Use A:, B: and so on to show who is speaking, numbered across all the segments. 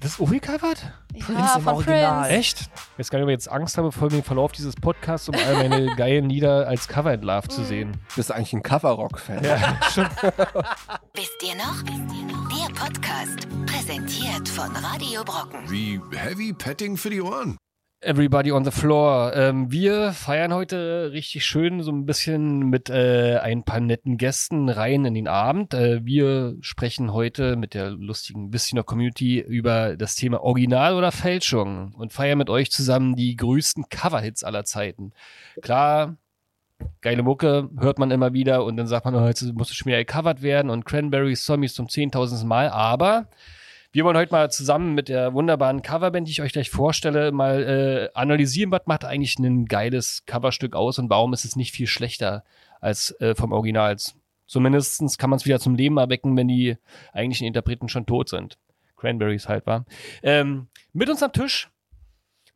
A: Das ist urecovert?
B: Ja, von Original. Prince.
A: Echt? Jetzt kann ich aber jetzt Angst haben, vor dem Verlauf dieses Podcasts, um all meine geilen Lieder als Cover in Love
B: Mhm.
A: zu sehen.
C: Bist du eigentlich ein Cover-Rock-Fan?
D: Wisst ihr noch? Der Podcast, präsentiert von Radio Brocken.
E: Wie Heavy Petting für die Ohren.
A: Everybody on the floor. Ähm, wir feiern heute richtig schön so ein bisschen mit äh, ein paar netten Gästen rein in den Abend. Äh, wir sprechen heute mit der lustigen Bisschen Community über das Thema Original oder Fälschung und feiern mit euch zusammen die größten Coverhits aller Zeiten. Klar, geile Mucke hört man immer wieder und dann sagt man, oh, jetzt muss es schon wieder gecovert werden und Cranberries Zombies zum 10.000. Mal, aber wir wollen heute mal zusammen mit der wunderbaren Coverband, die ich euch gleich vorstelle, mal äh, analysieren, was macht eigentlich ein geiles Coverstück aus und warum ist es nicht viel schlechter als äh, vom Original. Zumindest kann man es wieder zum Leben erwecken, wenn die eigentlichen Interpreten schon tot sind. Cranberries halt, war. Ähm, mit uns am Tisch,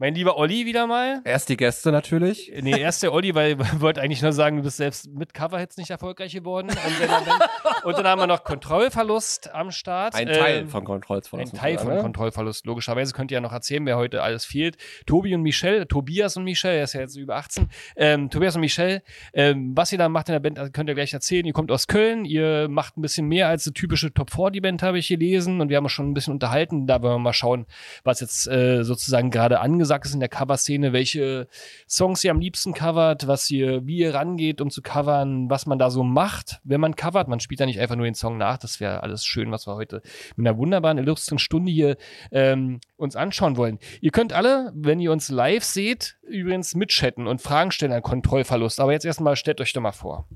A: mein lieber Olli wieder mal.
C: Erst die Gäste natürlich.
A: Nee, erst der Olli, weil ich wollte eigentlich nur sagen, du bist selbst mit Coverhits nicht erfolgreich geworden. Und, wenn er dann, und dann haben wir noch Kontrollverlust am Start.
C: Ein Teil
A: Ähm,
C: von Kontrollverlust.
A: Ein Teil
C: ne?
A: von Kontrollverlust. Logischerweise könnt ihr ja noch erzählen, wer heute alles fehlt. Tobi und Michelle, Tobias und Michelle, der ist ja jetzt über 18. Ähm, Tobias und Michelle, ähm, was ihr da macht in der Band, könnt ihr gleich erzählen. Ihr kommt aus Köln, ihr macht ein bisschen mehr als eine typische Top 40 Band, habe ich gelesen. Und wir haben uns schon ein bisschen unterhalten. Da wollen wir mal schauen, was jetzt äh, sozusagen gerade angesagt ist in der Coverszene, welche Songs ihr am liebsten covert, was ihr, wie ihr rangeht, um zu covern, was man da so macht, wenn man covert. Man spielt da nicht einfach nur den Song nach. Das wäre alles schön, was wir heute mit einer wunderbaren, illustren Stunde hier ähm, uns anschauen wollen. Ihr könnt alle, wenn ihr uns live seht, übrigens mitchatten und Fragen stellen an Kontrollverlust. Aber jetzt erstmal stellt euch doch mal vor.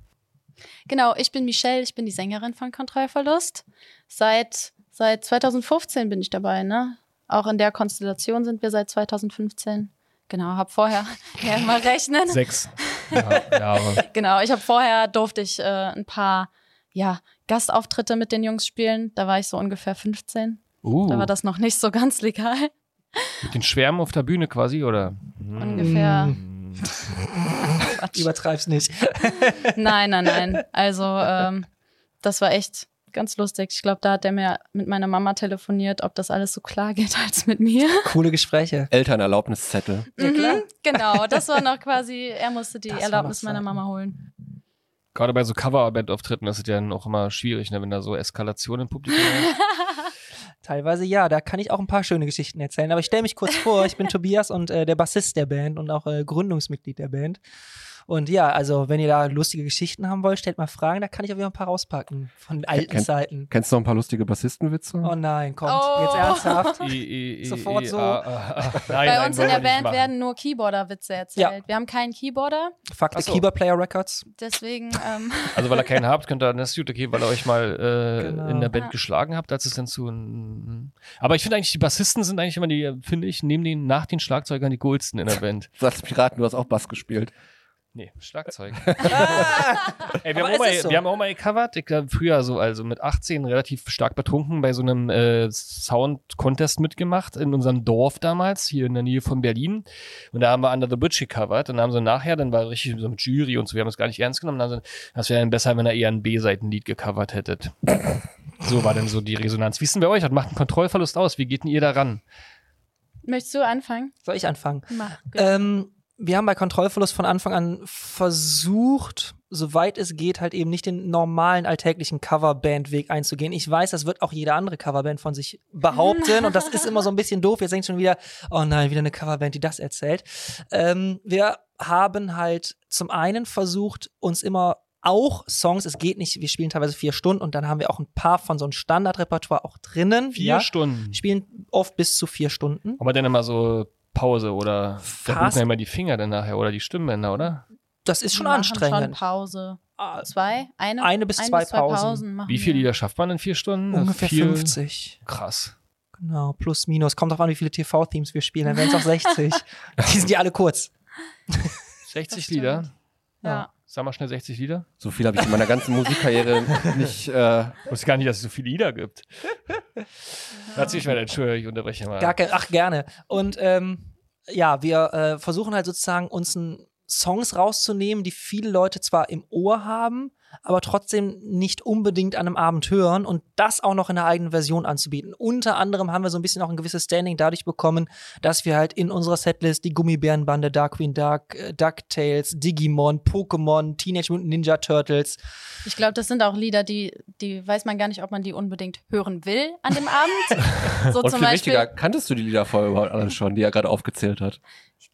B: Genau, ich bin Michelle, ich bin die Sängerin von Kontrollverlust. Seit, seit 2015 bin ich dabei, ne? Auch in der Konstellation sind wir seit 2015. Genau, hab vorher ja, mal rechnen.
A: Sechs ja, Jahre.
B: Genau, ich habe vorher durfte ich äh, ein paar ja, Gastauftritte mit den Jungs spielen. Da war ich so ungefähr 15. Da war
A: Uh,
B: das noch nicht so ganz legal.
A: mit den Schwärmen auf der Bühne quasi, oder? Hm.
B: Ungefähr.
F: Übertreib's nicht.
B: Nein, nein, nein. Also, ähm, das war echt ganz lustig. Ich glaube, da hat er mir mit meiner Mama telefoniert, ob das alles so klar geht als mit mir.
F: Coole Gespräche.
C: Elternerlaubniszettel.
F: Ja, klar.
B: Mhm, genau, das war noch quasi, er musste die
F: ne? Das war
B: Erlaubnis
F: noch
B: meiner
F: Zeiten.
B: Mama holen.
A: Gerade bei so Coverband-Auftritten ist es ja dann auch immer schwierig, ne, wenn da so Eskalationen im Publikum sind.
F: Teilweise ja, da kann ich auch ein paar schöne Geschichten erzählen. Aber ich stelle mich kurz vor, ich bin Tobias und äh, der Bassist der Band und auch äh, Gründungsmitglied der Band. Und ja, also wenn ihr da lustige Geschichten haben wollt, stellt mal Fragen, da kann ich auf jeden Fall ein paar rauspacken von alten
C: kennt-
F: Zeiten.
C: Kennst du noch ein paar lustige Bassistenwitze?
F: Oh nein, kommt,
B: Oh.
F: jetzt ernsthaft.
A: I, I, I,
F: Sofort
A: I,
F: so.
A: ah, ah, ah. Nein,
B: Bei
A: nein,
B: uns in
A: wollen wir
B: der
A: nicht
B: Band
A: machen.
B: werden nur Keyboarder-Witze erzählt. Wir haben keinen Keyboarder,
F: Fuck the
A: Ach so.
F: Keyboard Player Records.
B: deswegen ähm,
A: Also weil ihr keinen habt, könnt ihr, das ist gut, okay, weil ihr euch mal äh,
F: Genau.
A: in der Band
B: Ja.
A: geschlagen habt, als es dann zu. Aber ich finde eigentlich, die Bassisten sind eigentlich immer die, finde ich, neben den, nach den Schlagzeugern die coolsten in der Band.
C: Du hast Piraten, du hast auch Bass gespielt.
A: Nee, Schlagzeug.
F: Ah,
A: Ey, wir, haben
F: Aber
A: auch
F: es
A: mal,
F: ist so.
A: wir haben auch mal gecovert, ich glaub, früher so, also mit 18 relativ stark betrunken bei so einem äh, Sound-Contest mitgemacht in unserem Dorf damals, hier in der Nähe von Berlin. Und da haben wir Under the Bridge gecovert und haben so nachher, dann war richtig so mit Jury und so, wir haben es gar nicht ernst genommen, dann haben so, das wäre dann besser, wenn ihr eher ein B-Seitenlied gecovert hättet. So war denn so die Resonanz. Wie ist denn bei euch? Was macht ein Kontrollverlust aus? Wie geht denn ihr da ran?
B: möchtest du anfangen?
F: soll ich anfangen?
B: Mach. gut.
F: Ähm, wir haben bei Kontrollverlust von Anfang an versucht, soweit es geht, halt eben nicht den normalen alltäglichen Coverband-Weg einzugehen. Ich weiß, das wird auch jede andere Coverband von sich behaupten und das ist immer so ein bisschen doof. Jetzt denkt schon wieder, oh nein, wieder eine Coverband, die das erzählt. Ähm, wir haben halt zum einen versucht, uns immer auch Songs, es geht nicht, wir spielen teilweise vier Stunden und dann haben wir auch ein paar von so einem Standardrepertoire auch drinnen.
A: Vier
F: ja.
A: Stunden.
F: Wir spielen oft bis zu vier Stunden.
A: Aber dann immer so Pause oder da
F: Fast.
A: bluten ja immer die Finger dann nachher oder die Stimmbänder, oder?
F: Das ist schon
B: Wir machen Schon
F: anstrengend.
B: Pause.
F: Ah,
B: Zwei? Eine,
F: Eine bis zwei Pausen.
B: machen
A: Wie viele
B: wir.
A: Lieder schafft man in vier Stunden? Also
F: Hm, Ungefähr
A: vier-
F: 50.
A: Krass.
F: Genau, plus, minus. Kommt drauf an, wie viele TV-Themes wir spielen. Dann wären es auch 60. die sind ja alle kurz.
A: 60
B: stimmt.
A: Lieder.
B: Ja.
A: Sag mal schnell 60 Lieder.
C: So viel habe ich in meiner ganzen Musikkarriere nicht. Äh,
A: Ich wusste gar nicht, dass es so viele Lieder gibt. Lass ich mal, entschuldige, ich unterbreche mal.
F: Gar ke- ach, gerne. Und ähm, ja, wir äh, versuchen halt sozusagen, uns ein Songs rauszunehmen, die viele Leute zwar im Ohr haben, aber trotzdem nicht unbedingt an einem Abend hören und das auch noch in der eigenen Version anzubieten. Unter anderem haben wir so ein bisschen auch ein gewisses Standing dadurch bekommen, dass wir halt in unserer Setlist die Gummibärenbande, Darkwing Duck, äh, DuckTales, Digimon, Pokémon, Teenage Mutant Ninja Turtles.
B: Ich glaube, das sind auch Lieder, die, die weiß man gar nicht, ob man die unbedingt hören will an dem Abend. So
C: Und
B: zum
C: viel wichtiger,
B: Beispiel.
C: kanntest du die Lieder vorher überhaupt alle schon, die er gerade aufgezählt hat?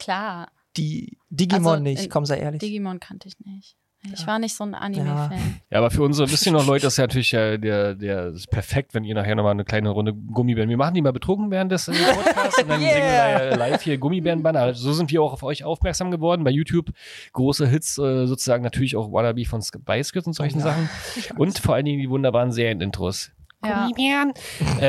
B: Klar,
F: Die Digimon
B: Also,
F: nicht,
B: äh,
F: komm, sei ehrlich.
B: Digimon kannte ich nicht. Ich war nicht so ein Anime-Fan.
A: Ja, aber für unsere bisschen noch Leute ist ja natürlich äh, der, der ist perfekt, wenn ihr nachher nochmal eine kleine Runde Gummibären. Wir machen die mal betrunken während des äh, Podcasts und dann
F: Yeah.
A: singen wir äh, live hier Gummibärenbanner. Also so sind wir auch auf euch aufmerksam geworden. Bei YouTube große Hits, äh, sozusagen natürlich auch Wannabe von Spice Kids und solchen Sachen. Und vor allen Dingen die wunderbaren Serienintros.
B: Ja.
A: Gummibären.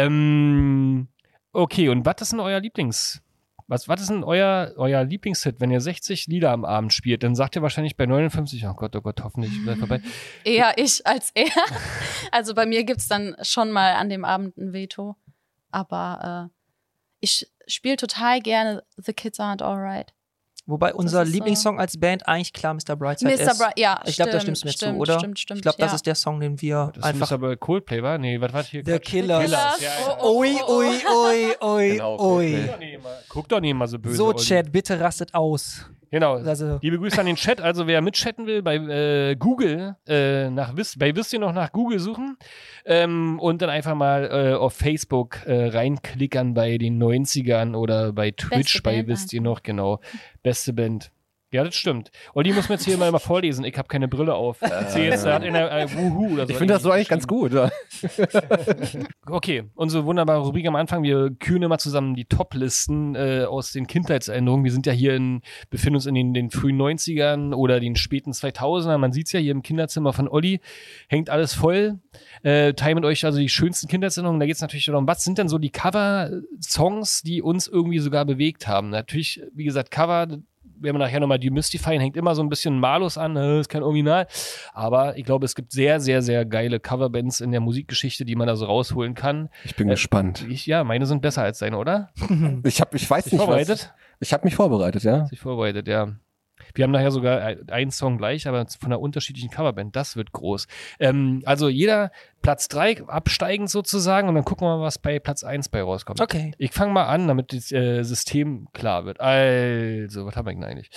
A: ähm, okay, und was ist denn euer Lieblings? Was, was ist denn euer, euer Lieblingshit? Wenn ihr 60 Lieder am Abend spielt, dann sagt ihr wahrscheinlich bei 59, oh Gott, oh Gott, hoffentlich ist gleich vorbei.
B: Eher ich als er. Also bei mir gibt es dann schon mal an dem Abend ein Veto. Aber äh, ich spiele total gerne The Kids Aren't Alright.
F: Wobei unser
B: ist, äh,
F: Lieblingssong als Band eigentlich klar Mr. Brightside
B: Mr.
F: ist.
B: Bra ja,
F: ich glaube, da
B: stimmt,
F: stimmst du mir
B: stimmt,
F: zu, oder?
B: Stimmt, stimmt,
F: ich glaube, das
B: ja.
F: ist der Song, den wir
A: Das ist
F: einfach.
A: aber Coldplay, war? Nee, was war hier?
F: The Killers.
B: Killers.
A: Ja,
B: Oh,
A: ja.
B: oh.
F: Ui, ui, ui, ui,
C: Genau,
F: ui.
C: Coldplay.
A: Guck doch nicht mal- Guck doch nicht mal so böse.
F: So,
A: Olli.
F: Chat, bitte rastet aus.
A: Genau.
F: Also,
A: Liebe Grüße an den Chat. Also wer mitchatten will, bei äh, Google, äh, nach Wiss, bei Wisst ihr noch nach Google suchen ähm, und dann einfach mal äh, auf Facebook äh, reinklickern bei den 90ern oder bei Twitch, bei
B: Band
A: Wisst ihr noch, genau. Beste Band. Ja, das stimmt. Olli muss mir jetzt hier mal, mal vorlesen. Ich habe keine Brille auf. Ich sehe jetzt, da hat einer äh, Wuhu oder so.
C: Ich finde das so eigentlich ganz gut. Oder?
A: Okay, unsere wunderbare Rubrik am Anfang. Wir kühlen immer zusammen die Top-Listen äh, aus den Kindheitserinnerungen. Wir sind ja hier in, befinden uns in den, den frühen 90ern oder den späten 2000ern. Man sieht es ja hier im Kinderzimmer von Olli. Hängt alles voll. Äh, teilen mit euch also die schönsten Kindheitserinnerungen. Da geht es natürlich darum, was sind denn so die Cover-Songs, die uns irgendwie sogar bewegt haben? Natürlich, wie gesagt, Cover, werden wir nachher nochmal demystifieren, hängt immer so ein bisschen Malus an, äh, ist kein Original. Aber ich glaube, es gibt sehr, sehr, sehr geile Coverbands in der Musikgeschichte, die man da so rausholen kann.
C: Ich bin gespannt.
A: Ich, ja, meine sind besser als deine, oder?
C: Äh, Ich, hab, ich weiß
A: Sich
C: nicht, was.
A: vorbereitet?
C: Ich habe mich vorbereitet, ja.
A: Sich vorbereitet, ja. Wir haben nachher sogar ein- einen Song gleich, aber von einer unterschiedlichen Coverband. Das wird groß. Ähm, also jeder Platz 3 absteigend sozusagen und dann gucken wir mal, was bei Platz 1 bei rauskommt.
F: okay.
A: Ich fange mal an, damit das äh, System klar wird. Also, was haben wir denn eigentlich?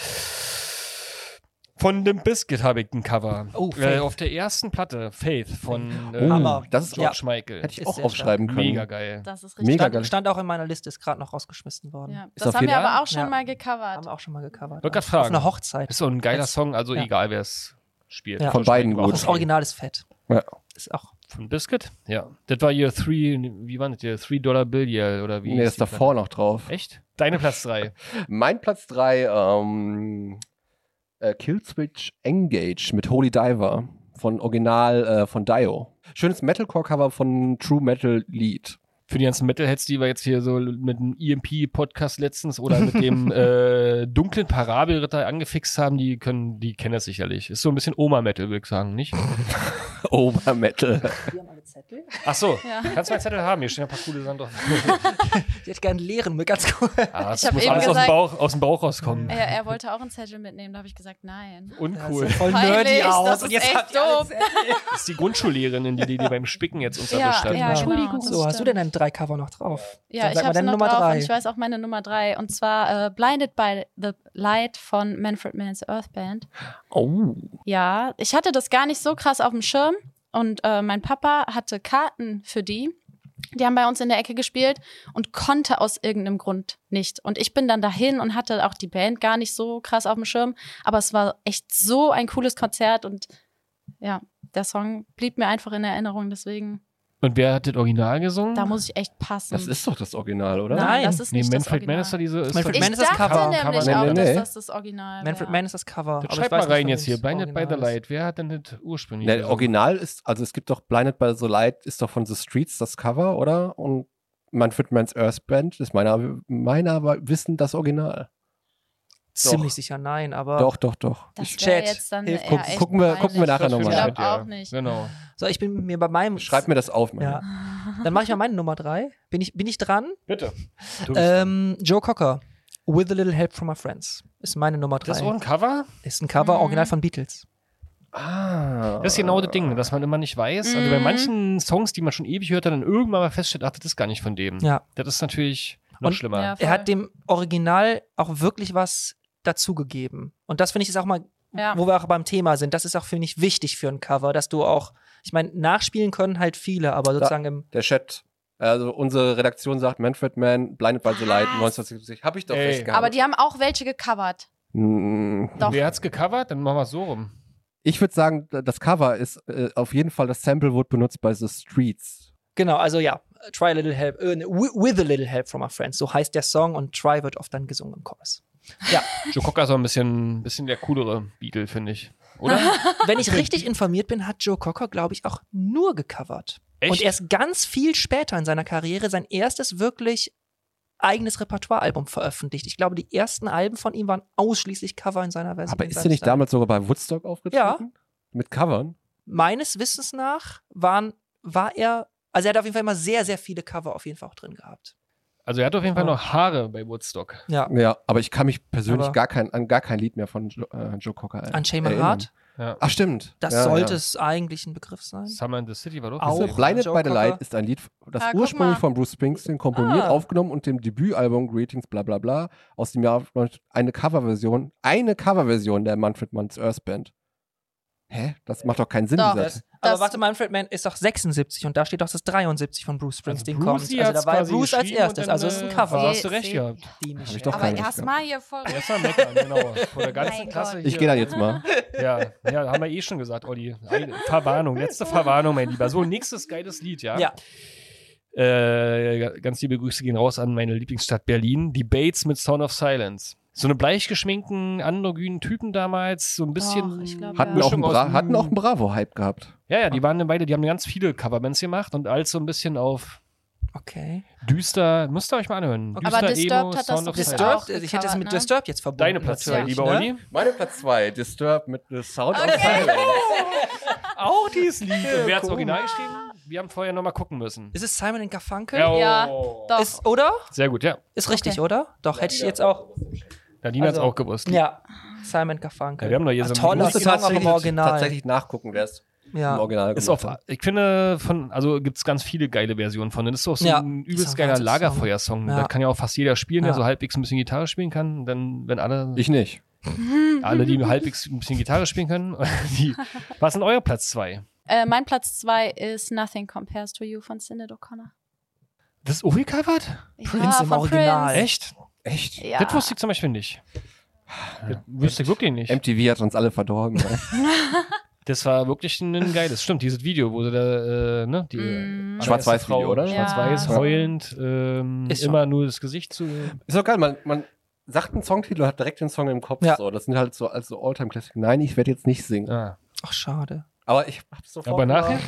A: Von Limp Bizkit habe ich ein Cover.
F: Oh,
A: äh,
F: Faith.
A: auf der ersten Platte, Faith von äh,
C: Oh,
F: Hammer.
C: das ist
A: George
C: auch,
A: Michael.
C: hätte ich
F: Ist
C: auch
F: sehr
C: aufschreiben können.
A: Mega geil.
B: Das ist richtig.
C: Mega
F: Stand,
C: geil.
F: stand auch in meiner Liste, ist gerade noch rausgeschmissen worden.
B: Ja.
C: auf
B: Das haben wir
C: jeden
B: aber
C: Fall?
B: auch schon
F: Ja.
B: mal
F: Haben
B: gecovert.
F: wir auch schon mal gecovert.
A: Wollte
F: ja.
A: grad fragen.
F: Auf einer Hochzeit.
A: Ist so ein geiler
F: Jetzt-
A: Song, also
F: ja.
A: egal, wer es spielt.
F: Ja.
C: Von beiden
A: Wahrscheinlich
C: gut.
F: Das
A: auch-
F: Original ist fett.
C: Ja.
F: Ist auch.
A: Von Biscuit? Ja. Das war ihr 3, wie war das? Ihr 3-Dollar-Bill oder wie?
C: Nee,
A: hieß
C: ist
A: die
C: davor noch drauf.
A: Platte? Echt? Deine Platz 3.
C: Mein Platz 3, ähm, äh, Killswitch Engage mit Holy Diver von Original äh, von Dio. Schönes Metalcore-Cover von True Metal Lead.
A: Für die ganzen Metalheads, die wir jetzt hier so mit dem EMP-Podcast letztens oder mit dem äh, dunklen Parabelritter angefixt haben, die können, die kennen das sicherlich. Ist so ein bisschen Oma-Metal, würde ich sagen, nicht?
C: Obermetal.
A: Ach so,
B: Ja.
A: kannst du meinen Zettel haben? Hier stehen ein paar coole Sachen drauf.
F: Ich hätte gerne einen leeren, mir ganz cool.
A: Ah, das
B: Ich hab
A: muss
B: eben
A: alles aus dem,
B: gesagt-
A: Bauch, aus dem Bauch rauskommen.
B: Er, er wollte auch einen Zettel mitnehmen, da habe ich gesagt, nein.
F: Das
A: Uncool.
F: sieht voll
B: Peinlich,
F: nerdy
B: das
F: aus.
B: ist
F: Und jetzt
B: echt
F: habt ihr alle
B: doof.
F: Zettel.
A: Das ist die Grundschullehrerin, die, die, die beim Spicken jetzt uns
B: Ja,
A: erwischt hat.
B: ja, genau.
F: Entschuldigung,
B: das
F: so hast du
B: stimmt.
F: denn ein Drei-Cover noch drauf?
B: Ja,
F: Dann
B: ich
F: sag mal
B: habe
F: deine
B: noch
F: Nummer
B: drauf
F: drei.
B: und ich weiß auch meine Nummer drei. Und zwar äh, Blinded by the Light von Manfred Mann's Earth Band.
C: Oh.
B: Ja, ich hatte das gar nicht so krass auf dem Schirm und äh, mein Papa hatte Karten für die. Die haben bei uns in der Ecke gespielt und konnte aus irgendeinem Grund nicht. Und ich bin dann dahin und hatte auch die Band gar nicht so krass auf dem Schirm. Aber es war echt so ein cooles Konzert und ja, der Song blieb mir einfach in Erinnerung. Deswegen,
A: Und wer hat das Original gesungen?
B: da muss ich echt passen.
C: Das ist doch das Original, oder?
F: Nein.
B: das ist
A: nee,
B: nicht das
A: Manfred Mann
B: Original.
A: ist doch diese. Ist
F: Manfred
A: doch-
F: Mann
B: Ich
F: ist das
B: dachte
A: Cover.
B: nämlich
A: Cover.
B: auch,
C: Nee, nee.
B: dass das das Original
F: Manfred
B: wär.
F: Mann ist das Cover. aber
A: Das
F: ich
A: schreibt
F: weiß
A: mal
F: nicht,
A: rein
F: wer
A: jetzt hier.
F: das
A: Blinded by the
F: Original ist.
A: Light. Wer hat denn das ursprünglich?
C: Ne,
A: gesungen?
C: Original ist, also es gibt doch Blinded by the Light, ist doch von The Streets das Cover, oder? Und Manfred Mann's Earth Band ist meiner, meiner Wissen das Original.
F: Ziemlich sicher nein,
A: Ah.
F: aber.
C: Doch, doch, doch.
B: Das
F: Ich-
B: wär
F: Chat,
B: jetzt dann
F: hilf,
B: eher
C: guck-
B: echt
C: gucken wir- gucken
B: peinlich.
C: wir nachher
A: Das
C: nochmal.
A: für
B: Ich
A: ein
B: glaub
A: Lied,
B: auch nicht.
A: Genau.
F: So, ich bin mir bei meinem.
C: Schreib mir das auf, Mann.
F: Ja. Dann mache ich mal meine Nummer drei. Bin ich, bin ich dran?
A: Bitte.
F: Ähm, Joe Cocker. With a little help from my friends. Ist meine Nummer drei.
A: das ist auch ein Cover?
F: Ist ein Cover,
B: Mhm.
F: Original von Beatles.
C: Ah.
A: Das ist genau das Ding, dass man immer nicht weiß. Also bei
B: Mhm.
A: manchen Songs, die man schon ewig hört, dann irgendwann mal feststellt, ach, das ist gar nicht von dem.
F: Ja.
A: Das ist natürlich noch
F: Und-
A: schlimmer.
B: Ja.
F: Er hat dem Original auch wirklich was dazugegeben. Und das finde ich ist auch mal,
B: Ja.
F: wo wir auch beim Thema sind, das ist auch, finde ich, wichtig für ein Cover, dass du auch, ich meine, nachspielen können halt viele, aber sozusagen im.
C: Der Chat. Also unsere Redaktion sagt Manfred Mann, Blinded by the Light, 1976. Hab ich doch
A: Ey.
C: recht gehabt.
B: Aber die haben auch welche gecovert.
C: Mm,
B: Doch.
A: Wer hat's gecovert? Dann machen wir so rum.
C: Ich würde sagen, das Cover ist äh, auf jeden Fall, das Sample wurde benutzt bei The Streets.
F: Genau, also ja, Try a Little Help, äh, ne, wi- with a Little Help from Our Friends, so heißt der Song und Try wird oft dann gesungen im Chorus.
A: Joe Cocker ist auch ein bisschen, bisschen der coolere Beatle, finde ich. Oder?
F: Wenn ich richtig informiert bin, hat Joe Cocker, glaube ich, auch nur gecovert. Und erst ganz viel später in seiner Karriere sein erstes wirklich eigenes Repertoirealbum veröffentlicht. Ich glaube, die ersten Alben von ihm waren ausschließlich Cover in seiner Version.
C: Aber ist er nicht damals sogar bei Woodstock aufgetreten?
F: Ja.
C: Mit Covern?
F: Meines Wissens nach waren, war er, also er hat auf jeden Fall immer sehr, sehr viele Cover auf jeden Fall auch drin gehabt.
A: Also er hat auf jeden Fall noch Haare bei Woodstock.
F: Ja.
C: Ja, aber ich kann mich persönlich
F: Aber-
C: gar kein, an gar kein Lied mehr von jo, äh, Joe Cocker er-
F: An Shame
C: erinnern.
F: Heart,
A: Ja.
C: Ach, stimmt.
F: das
C: Ja,
F: sollte
C: ja.
F: es eigentlich ein Begriff sein.
A: Summer in the City war doch
F: Auch.
A: dasselbe.
C: Blinded
F: Joe
C: by the
F: Cocker.
C: Light ist ein Lied, das
B: Ah, guck
C: ursprünglich
B: mal.
C: von Bruce Springsteen komponiert,
F: Ah.
C: aufgenommen und dem Debütalbum Greetings bla bla bla aus dem Jahr 19 eine Coverversion, eine Coverversion der Manfred Manns Earth Band. Hä? Das macht doch keinen Sinn,
B: Doch.
C: dieser
F: Das,
B: Das-
F: aber warte, Manfred Mann ist doch 76 und da steht doch, dass 73 von Bruce Springsteen
A: Brucey
F: kommt. Also
A: hat's
F: da war ja
A: quasi
F: Bruce als
A: geschrieben und
F: erstes,
A: dann,
F: also es ist ein
A: äh,
F: Cover.
A: Da hast du recht,
B: Sie-
A: ja.
F: Die Michelle.
C: ich doch
B: Aber
C: keine
B: erst
C: Lust
B: mal hier voll
A: Das war meckern, genau. Vor der ganzen
B: Mein
A: Klasse
B: Gott.
A: hier.
C: Ich gehe da jetzt mal.
A: Ja, ja, haben wir eh schon gesagt, Olli. Eine Verwarnung, letzte Verwarnung, mein Lieber. So, nächstes geiles Lied, ja?
F: Ja.
A: Äh, ganz liebe Grüße gehen raus an meine Lieblingsstadt Berlin. Die Bates mit Sound of Silence. So eine bleichgeschminkten, androgynen Typen damals, so ein bisschen.
B: ich glaub,
C: Hatten,
B: Ja.
C: auch, einen
A: Mischung aus
C: Bra hatten
A: dem-
C: auch einen Bravo-Hype gehabt.
A: Ja, ja, die waren eine Weile, die haben ganz viele Coverbands gemacht und alles so ein bisschen auf
F: Okay.
A: düster. Müsst ihr euch mal anhölen.
F: Okay.
A: Düster,
B: Aber Disturbed
A: Emo,
B: hat das
A: Sound
B: doch
A: of Silence.
B: gesagt.
F: Disturbed,
B: auch
F: also ich hätte es mit
B: gecovert, ne?
F: Disturbed jetzt verbunden.
A: Deine Platz zwei,
F: natürlich,
A: lieber
F: ne?
A: Olli.
C: Meine Platz 2, Disturbed mit The Sound of Silence.
A: Auch dieses Lied. Und wer hat das Original geschrieben? Wir haben vorher nochmal gucken müssen.
F: Ist es Simon and Garfunkel?
B: Ja,
A: oh.
B: Doch.
F: Ist, oder?
A: Sehr gut, ja.
F: Ist richtig, oder? Doch, hätte ich jetzt auch.
A: Nadine hat's
F: Also,
A: auch gewusst.
F: Ja. Simon Garfunkel.
A: Ja,
F: Ah,
A: wir haben doch hier
F: Ach,
A: so ein-
F: toller
A: Musste
F: Song, aber im Original.
C: tatsächlich nachgucken, wer es im
F: Ja.
C: Original
A: Ist
C: gemacht
A: auf,
C: hat.
A: ich finde, von, also gibt es ganz viele geile Versionen von. Das ist doch so
F: Ja,
A: ein
F: ist
A: übelst
F: auch ein
A: geiler
F: ganzes Song.
A: Lagerfeuer-Song.
F: Ja.
A: Da kann ja auch fast jeder spielen, der
F: Ja.
A: so halbwegs ein bisschen Gitarre spielen kann. Dann, wenn alle,
C: Ich nicht.
A: alle die halbwegs ein bisschen Gitarre spielen können, die, was ist denn euer Platz zwei?
B: Äh, mein Platz zwei ist Nothing Compares to You von Sinead O'Connor.
A: Das ist gecovert?
F: Prince im
B: von
F: Original.
B: Prince.
A: Echt?
C: Echt?
B: Ja.
A: Das wusste ich zum Beispiel nicht. Das wüsste ich wirklich nicht.
C: MTV hat uns alle verdorben. ne? ey.
A: Das war wirklich ein geiles. Stimmt, dieses Video, wo sie da, äh, ne, die
B: Mm.
A: allererste
C: Schwarz-Weiß-Video,
A: Frau,
C: oder?
A: Schwarz-Weiß,
B: Ja.
A: heulend, ähm,
F: Ist so.
A: immer nur das Gesicht zu.
C: Ist doch geil, man, man sagt einen Songtitel und hat direkt den Song im Kopf.
F: Ja.
C: So. Das sind halt so also All-Time-Klassiker. Nein, ich werde jetzt nicht singen.
A: Ah.
F: Ach, schade.
C: Aber ich hab's sofort.
A: Aber nachher,
C: gemacht.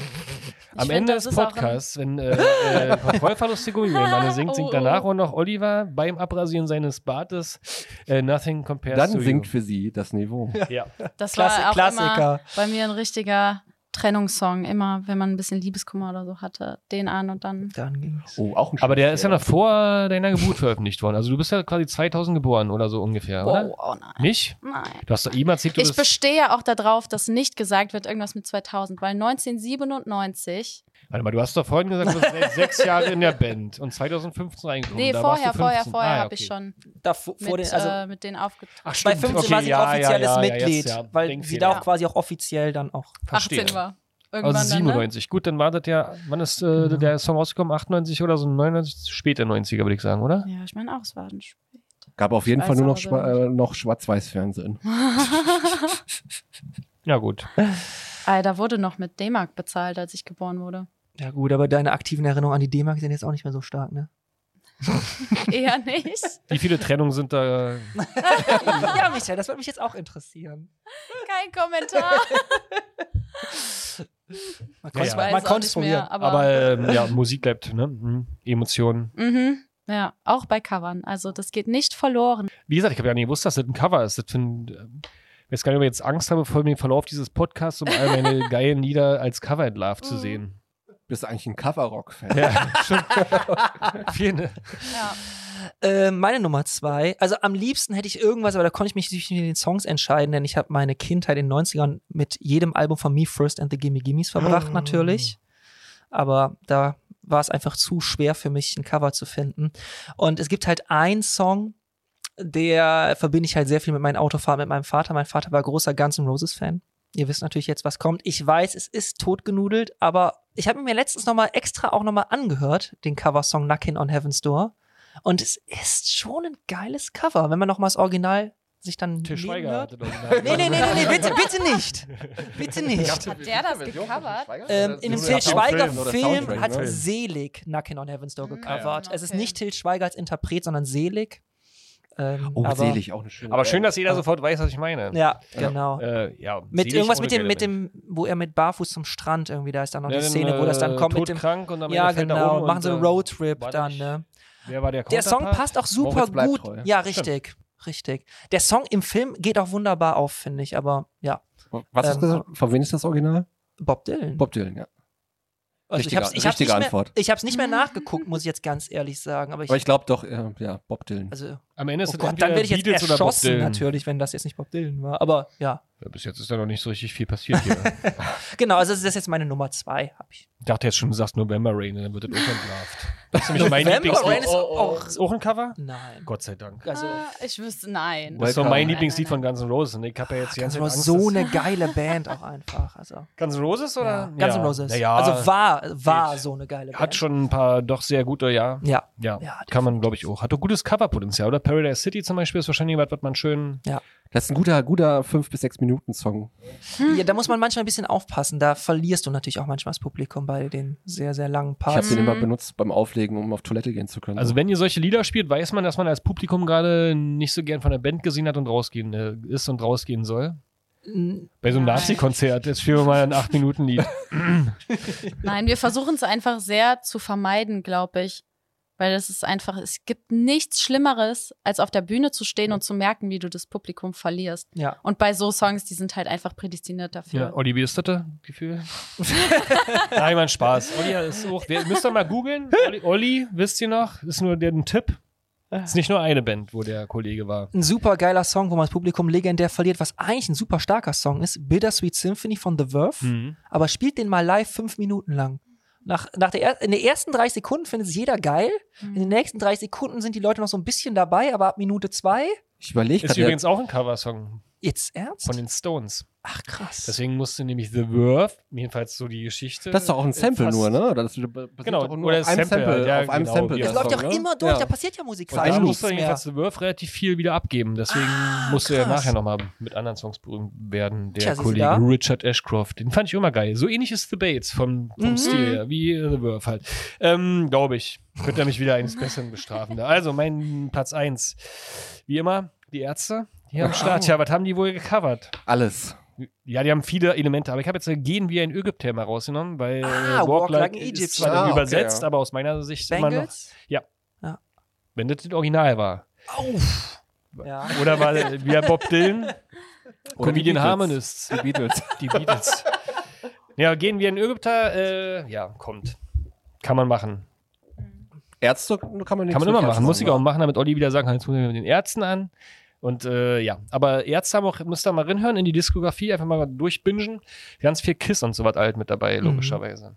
A: am
B: find,
A: Ende
B: das
A: des
B: ist auch ein-
A: Podcasts, wenn äh, äh, Kontrollverluste Gummibänder singt,
B: Oh,
A: singt
B: oh.
A: danach auch noch Oliver beim Abrasieren seines Bartes äh, Nothing Compares to
C: Dann
A: You.
C: singt für sie das Niveau.
A: Ja.
B: Das
F: Klassi-
B: war auch
F: Klassiker.
B: immer bei mir ein richtiger Trennungssong. Immer, wenn man ein bisschen Liebeskummer oder so hatte, den an und dann.
F: Dann ging's.
C: Oh, auch ein
A: Aber der ist ja noch
C: schönes
A: vor deiner Geburt veröffentlicht worden. Also du bist ja quasi 2000 geboren oder so ungefähr, oder?
B: Oh, oh nein.
A: Nicht?
B: Nein.
A: Du hast doch ihm erzählt, du
B: Ich
A: bist...
B: bestehe auch darauf, dass nicht gesagt wird, irgendwas mit 2000, weil 1997
A: Warte mal, du hast doch vorhin gesagt, du bist seit sechs Jahre in der Band und 2015 reingekommen.
B: Nee,
A: da
B: vorher,
A: warst du
B: vorher,
A: 15.
B: vorher
A: ah, ja,
B: habe
A: okay.
B: ich schon
F: Da vor
B: mit,
F: vor den, also
B: äh, mit denen aufgetreten.
A: Ach,
F: bei
A: stimmt.
F: 15
A: okay,
F: war sie
A: ja,
F: offizielles
A: ja, ja,
F: Mitglied,
A: jetzt, ja.
F: weil
A: Denkfehler.
F: sie da auch quasi auch offiziell dann auch.
A: Verstehe.
B: 18 war. Irgendwann
A: Also
B: dann, ne?
A: 97. Gut, dann war das ja, wann ist äh,
F: Ja.
A: der Song rausgekommen? 98 oder so? 99? Später 90er, würde ich sagen, oder?
B: Ja, ich meine auch, es war ein Spiel.
C: Jahr. Gab auf jeden
B: Ich
C: Fall nur noch,
B: weiß aber
C: schwa- äh, noch Schwarz-Weiß-Fernsehen.
A: Ja, gut.
B: Ah, da wurde noch mit D-Mark bezahlt, als ich geboren wurde.
F: Ja gut, aber deine aktiven Erinnerungen an die D-Mark sind jetzt auch nicht mehr so stark, ne?
B: Eher nicht.
A: Wie viele Trennungen sind da?
F: ja, Michael, das würde mich jetzt auch interessieren.
B: Kein Kommentar.
A: Ja,
F: Man konnte
A: ja.
F: man
B: Weiß auch
F: konnte es also
B: nicht mehr,
F: probieren.
A: Aber, ähm, ja, Musik bleibt, ne? Mhm. Emotionen.
B: Mhm. Ja, auch bei Covern. Also das geht nicht verloren.
A: Wie gesagt, ich habe ja nicht gewusst, dass das ein Cover ist. Das find, ähm, ich weiß gar nicht, ob ich jetzt Angst habe, vor dem Verlauf dieses Podcasts, um all meine geilen Lieder als Cover entlarvt
F: Mhm.
A: zu sehen.
C: Bist eigentlich ein Cover-Rock-Fan.
A: Ja, stimmt. Vielen,
B: Ja.
F: Äh, meine Nummer zwei, also am liebsten hätte ich irgendwas, aber da konnte ich mich nicht mit den Songs entscheiden, denn ich habe meine Kindheit in den 90ern mit jedem Album von Me First and the Gimme Gimmes verbracht, natürlich. Aber da war es einfach zu schwer für mich, ein Cover zu finden. Und es gibt halt einen Song, der verbinde ich halt sehr viel mit meinen Autofahrten mit meinem Vater. Mein Vater war großer Guns N' Roses Fan. Ihr wisst natürlich jetzt, was kommt. Ich weiß, es ist totgenudelt, aber ich habe mir letztens nochmal extra auch nochmal angehört, den Coversong Knockin' on Heaven's Door. Und es ist schon ein geiles Cover, wenn man nochmal das Original sich dann
A: Til
F: nehmen
A: Schweiger
F: hört.
A: hatte doch gesagt.
F: Nee, nee, nee, nee, nee, bitte, bitte nicht. Bitte nicht.
B: Hat der das gecovert?
F: Ähm, in dem
C: Till
F: Til Schweiger
C: Schweiger
F: Film
C: Soundtrack,
F: hat
C: ne?
F: Selig Knockin' on Heaven's Door
B: Mhm.
F: gecovert.
B: Ah,
F: Es ist
B: okay.
F: nicht Til Schweiger als Interpret, sondern Selig. Ähm,
C: Oh,
F: aber-
C: selig, auch eine schöne
A: Aber schön,
C: Band.
A: dass jeder sofort weiß, was ich meine.
F: Ja, genau.
A: Äh, ja,
F: Mit
A: selig
F: irgendwas
A: ohne
F: mit dem,
A: Geld
F: mit
A: im
F: dem, wo er mit Barfuß zum Strand irgendwie, da ist dann noch
A: Ja,
F: die
A: dann,
F: Szene, wo das dann
A: äh,
F: kommt mit dem.
A: todkrank und am
F: ja,
A: Ende fällt er
F: genau.
A: um
F: machen
A: und,
F: so einen
A: äh,
F: Roadtrip
A: war
F: dann,
A: nicht-
F: ne?
A: Wer war der
F: Der Song
A: Counterpart?
F: passt auch super
C: Moritz bleibt
F: gut.
C: treu.
F: Ja, richtig. Richtig. Der Song im Film geht auch wunderbar auf, finde ich, aber ja.
C: Was hast
F: Ähm,
C: du gesagt? Von wem ist das Original?
F: Bob
A: Hm.
F: Dylan.
C: Bob Dylan, ja.
F: also ich
C: richtige-
F: hab's, ich hab's
C: richtige
F: nicht mehr,
C: Antwort.
F: Ich hab's nicht mehr nachgeguckt, muss ich jetzt ganz ehrlich sagen. Aber ich.
C: Aber ich glaube doch, äh, ja, Bob Dylan.
F: also,
A: Am Ende
F: oh
A: ist es
F: Gott, dann
A: entweder
F: werde ich jetzt
A: Beatles oder Bob
F: erschossen,
A: Dylan.
F: natürlich, wenn das jetzt nicht Bob Dylan war. Aber ja.
A: Ja, bis jetzt ist da noch nicht so richtig viel passiert hier.
F: Genau, also das ist jetzt meine Nummer zwei, hab ich.
A: ich dachte jetzt schon, du sagst November Rain, dann wird das auch entlarvt. Das ist nämlich mein
F: November
A: Lieblings...
F: Rain ist
A: oh,
F: auch-
A: oh. Ist auch ein Cover?
F: Nein.
A: Gott sei Dank.
F: Also,
B: Ah, ich wüsste, nein.
A: Das ist doch
C: Welcome.
A: mein
B: Nein,
A: Lieblingslied
B: nein,
A: von Guns N' Roses. Und ich habe ja jetzt die
F: Guns
A: ganze
F: N'
A: Zeit Angst,
F: Roses, so
A: dass-
F: eine geile Band auch einfach. Also,
A: Guns N' Roses oder?
F: ja. Guns N' Roses.
A: Naja,
F: Also war, war
A: Geht.
F: so eine geile Band.
A: hat schon ein paar doch sehr gute, ja.
F: Ja.
A: Ja,
F: Ja,
A: kann man, glaube ich, auch. Hat doch gutes Coverpotenzial, oder? Paradise City zum Beispiel ist wahrscheinlich was, was man schön.
C: Das ist ein guter, guter 5- bis 6-Minuten-Song.
A: Hm.
F: ja, da muss man manchmal ein bisschen aufpassen. Da verlierst du natürlich auch manchmal das Publikum bei den sehr, sehr langen
C: Ich habe
F: Parts.
C: den immer benutzt beim Auflegen, um auf Toilette gehen zu können.
A: Also, wenn ihr solche Lieder spielt, weiß man, dass man als Publikum gerade nicht so gern von der Band gesehen hat und rausgehen äh, ist und rausgehen soll.
F: Mm,
A: Bei so einem
B: Nein.
A: Nazi-Konzert, jetzt spielen wir mal ein 8-Minuten-Lied.
B: Nein, nein wir versuchen es einfach sehr zu vermeiden, glaube ich. Weil das ist einfach, es gibt nichts Schlimmeres, als auf der Bühne zu stehen und zu merken, wie du das Publikum verlierst.
F: Ja.
B: Und bei so Songs, die sind halt einfach prädestiniert
A: Ja,
B: dafür.
A: Olli, wie ist das da? Gefühl? Nein, mein Spaß. Olli ist auch, wir, müsst ihr mal googeln. Olli, Olli, wisst ihr noch, ist nur der ein Tipp. Ist nicht nur eine Band, wo der Kollege war.
F: Ein super geiler Song, wo man das Publikum legendär verliert, was eigentlich ein super starker Song ist. Bittersweet Symphony von The Verve.
A: Mhm.
F: Aber spielt den mal live fünf Minuten lang. Nach, nach der, er- in den ersten 30 Sekunden findet es jeder geil.
B: Mhm.
F: In den nächsten 30 Sekunden sind die Leute noch so ein bisschen dabei, aber ab Minute zwei,
C: ich überlege
A: Ist übrigens auch ein Coversong
F: jetzt ernst?
A: von den Stones.
F: Ach krass.
A: Deswegen musste nämlich The Verve, jedenfalls so die Geschichte.
C: Das ist doch auch ein Sample
A: Äh, fast-
C: nur, ne? Oder Das basiert
A: Genau,
C: doch nur
A: oder
C: auf einem
A: Sample,
C: Sample.
A: ja,
C: auf einem
A: genau.
C: Sample
A: Ja,
F: Das
A: der
F: läuft
C: Song,
F: doch
C: ne?
F: immer durch,
C: Ja.
F: da passiert ja Musik.
A: Und
C: Ein
A: da
C: Loop
A: musste jedenfalls The Verve relativ viel wieder abgeben. Deswegen musste er
F: Ah, krass.
A: nachher nochmal mit anderen Songs berühmt werden. Der
F: Tja, siehst du
A: Kollege
F: da?
A: Richard Ashcroft. Den fand ich immer geil. So ähnlich ist The Bates vom, vom
F: Mhm.
A: Stil her, wie The Verve halt. Ähm, Glaube ich. Könnt ihr mich wieder eines Besseren bestrafen. Also, mein Platz 1. Wie immer, die Ärzte hier am Start. Ja, was haben die wohl gecovert?
C: Alles.
A: Ja, die haben viele Elemente, aber ich habe jetzt äh, Gehen wie ein Ägypter mal rausgenommen, weil äh,
F: Ah, Walk
A: Walk,
F: Like
A: Like
F: an
A: Egypt
F: Egyptian.
A: ist zwar dann
C: Ah, okay,
A: übersetzt,
C: ja.
A: aber aus meiner Sicht immer noch,
F: Bengals?
A: wenn das das Original war.
F: Auf. Ja.
A: Oder war äh, wie Bob Dylan,
C: Oder die
A: Comedian
C: Beatles.
A: Harmonists,
C: Die Beatles.
A: die Beatles. ja, Gehen wie ein Ägypter, äh, ja, kommt. Kann man machen.
C: Ärzte kann man nicht
A: Kann man immer machen. Muss ich auch machen, damit Olli wieder sagen kann, jetzt muss ich mit den Ärzten an. Und äh, ja, aber Ärzte haben auch, müsst ihr mal reinhören in die Diskografie, einfach mal durchbingen. Ganz viel Kiss und sowas alt mit dabei,
F: Mhm.
A: logischerweise.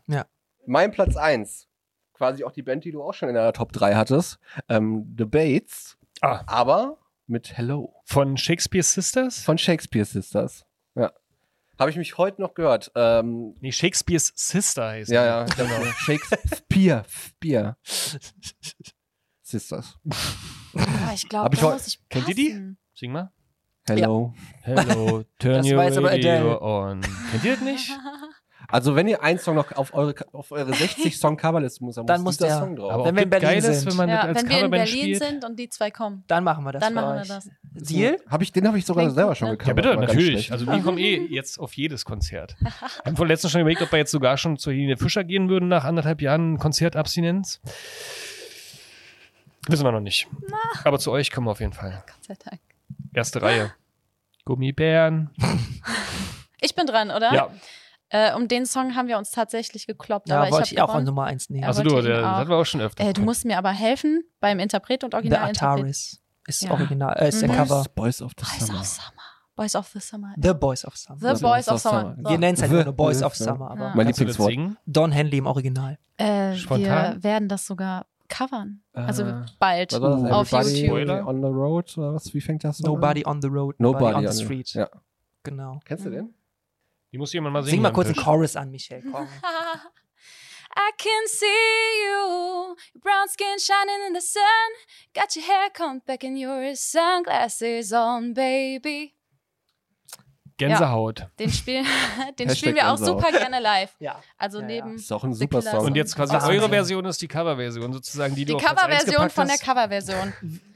C: Mein Platz 1. Quasi auch die Band, die du auch schon in deiner Top 3 hattest. Ähm, The Bates.
A: Ah.
C: Aber mit Hello.
A: Von Shakespeare's Sisters?
C: Von Shakespeare Sisters. Ja. Habe ich mich heute noch gehört. Ähm,
A: Nee, Shakespeares Sister heißt
C: ja,
A: die.
C: ja, genau. Shakespeare. Spear. Sisters.
B: Ah, ich glaube,
C: Hab ich
B: da
C: heu-
B: muss ich
A: Kennt ihr die?
B: passen.
A: Sing mal.
C: Hello.
A: Hello, turn
F: Das
A: your
F: war jetzt
A: radio
F: aber Adele.
A: on. Kennt ihr das nicht?
C: Also, wenn ihr einen Song noch auf eure, auf eure 60 song coverliste muss, dann,
F: Dann muss
C: muss dieser
F: der-
C: Song drauf.
A: Aber
F: Wenn
A: auch
F: wir in
A: das
F: Berlin
A: geil ist,
F: sind.
A: wenn man
B: Ja,
A: das als
B: wenn wir in
A: Coverband
B: Berlin
A: spielt.
B: sind und die zwei kommen,
F: Dann machen wir das.
B: dann
F: für
B: machen wir
F: euch.
B: das.
F: Deal?
C: Hab ich, den habe ich sogar
B: Klingt
C: selber
B: gut,
C: schon
B: ne?
C: gecovert.
A: Ja, bitte,
C: war ganz
A: natürlich.
C: schlecht.
A: Also wir kommen eh jetzt auf jedes Konzert. Wir haben von letzten schon überlegt, ob wir jetzt sogar schon zu Helene Fischer gehen würden nach anderthalb Jahren Konzertabstinenz. Wissen wir noch nicht. Aber zu euch kommen wir auf jeden Fall.
B: Gott sei Dank.
A: Erste Reihe. Gummibären.
B: Ich bin dran, oder?
A: Ja.
B: Äh, um den Song haben wir uns tatsächlich gekloppt.
F: Da
B: aber
F: wollte
B: ich,
F: ich auch an
B: gewonnen.
F: Nummer 1 nehmen.
B: Ja,
A: also
B: wollte
A: du,
B: ich
A: der,
B: ihn
A: das
B: auch.
A: hatten wir auch schon öfter.
B: Äh, du musst mir aber helfen beim Interpret und
F: The
B: Originalinterpret.
F: Ataris ist
B: Ja.
F: original, äh, ist der
B: Mhm.
A: Also,
F: Cover.
C: Boys of the
B: Boys
C: Summer.
B: of Summer. Boys of the Summer.
F: The Boys of Summer.
B: The Boys of Summer.
C: Summer.
B: So.
F: Wir nennen es halt immer
C: The-
F: nur Boys
C: the-
F: of Summer, aber
B: Ja.
C: Mein
A: Kannst du das
C: Lieblingswort.
A: singen?
F: Don Henley im Original.
B: Äh, wir
A: Spontan?
B: werden das sogar covern. Also
C: Äh,
B: bald
C: was war das?
B: auf
C: Everybody
B: YouTube.
A: Spoiler?
C: On the Road oder was? Wie fängt das so
F: Nobody
C: an?
F: on the road,
C: Nobody
F: on
C: on
F: the
C: the-
F: street.
C: ja.
F: Genau.
C: Kennst du den?
A: Die muss jemand mal singen.
F: Sing mal
A: am
F: kurz einen
A: Tisch.
F: Chorus an, Michelle. Komm.
B: I can see you, your brown skin shining in the sun. Got your hair combed back and your sunglasses on, baby.
A: Gänsehaut.
B: Den spielen, den
C: Hashtag
B: spielen wir auch
C: Gänsehaut.
B: super gerne live.
F: Ja.
B: Also
F: Ja, ja.
B: neben
C: Ist auch ein
B: Big
C: super
B: Killer
C: Song.
A: Und jetzt quasi
F: Wahnsinn.
A: eure Version ist die Coverversion sozusagen, die,
B: die
A: du auf Platz eins
B: Coverversion
A: gepackt
B: von der
A: hast.
B: Coverversion.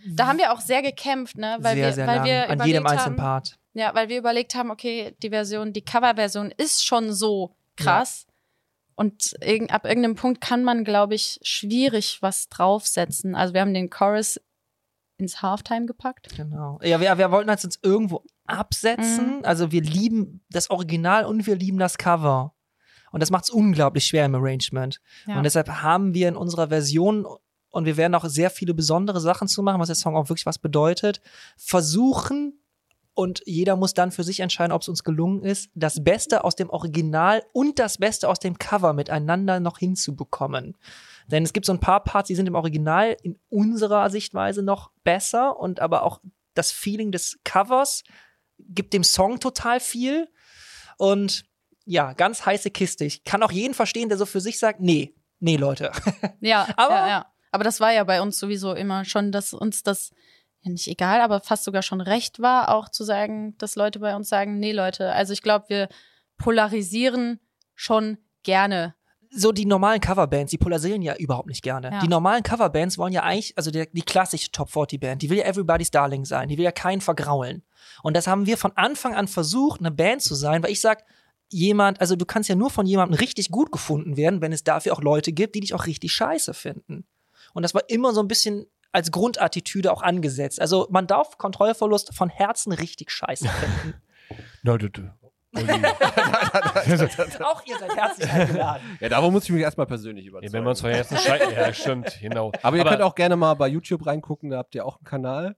B: Da haben wir auch sehr gekämpft, ne? Weil
F: sehr,
B: wir,
F: sehr
B: weil
F: lang.
B: wir
F: An jedem
B: überlegt
F: einzelnen
B: haben,
F: Part.
B: Ja, weil wir überlegt haben, okay, die Version, die Coverversion ist schon so krass. Und irg ab irgendeinem Punkt kann man, glaube ich, schwierig was draufsetzen. Also wir haben den Chorus ins Halftime gepackt.
F: Genau. Ja, wir, wir wollten halt uns irgendwo absetzen. Also wir lieben das Original und wir lieben das Cover. Und das macht es unglaublich schwer im Arrangement.
B: Ja.
F: Und deshalb haben wir in unserer Version, und wir werden auch sehr viele besondere Sachen zu machen, was der Song auch wirklich was bedeutet, versuchen, und jeder muss dann für sich entscheiden, ob es uns gelungen ist, das Beste aus dem Original und das Beste aus dem Cover miteinander noch hinzubekommen. Denn es gibt so ein paar Parts, die sind im Original in unserer Sichtweise noch besser und aber auch das Feeling des Covers gibt dem Song total viel. Und ja, ganz heiße Kiste. Ich kann auch jeden verstehen, der so für sich sagt, nee, nee, Leute.
B: Ja,
F: Aber-
B: aber, ja, ja. aber das war ja bei uns sowieso immer schon, dass uns das ja nicht egal, aber fast sogar schon recht war, auch zu sagen, dass Leute bei uns sagen, nee, Leute, also ich glaube, wir polarisieren schon gerne.
F: So die normalen Coverbands, die polarisieren ja überhaupt nicht gerne.
B: Ja.
F: Die normalen Coverbands wollen ja eigentlich, also der, die klassische Top 40 Band, die will ja Everybody's Darling sein, die will ja keinen vergraulen. Und das haben wir von Anfang an versucht, eine Band zu sein, weil ich sag, jemand, also du kannst ja nur von jemandem richtig gut gefunden werden, wenn es dafür auch Leute gibt, die dich auch richtig scheiße finden. Und das war immer so ein bisschen als Grundattitüde auch angesetzt. Also man darf Kontrollverlust von Herzen richtig scheiße finden.
A: Na, du, du.
F: Auch ihr seid herzlich eingeladen.
C: Ja, davon muss ich mich erstmal persönlich überzeugen.
A: Ja, wenn wir uns von Herzen scheiden, ja, stimmt, genau.
C: aber ihr könnt auch gerne mal bei YouTube reingucken, da habt ihr auch einen Kanal.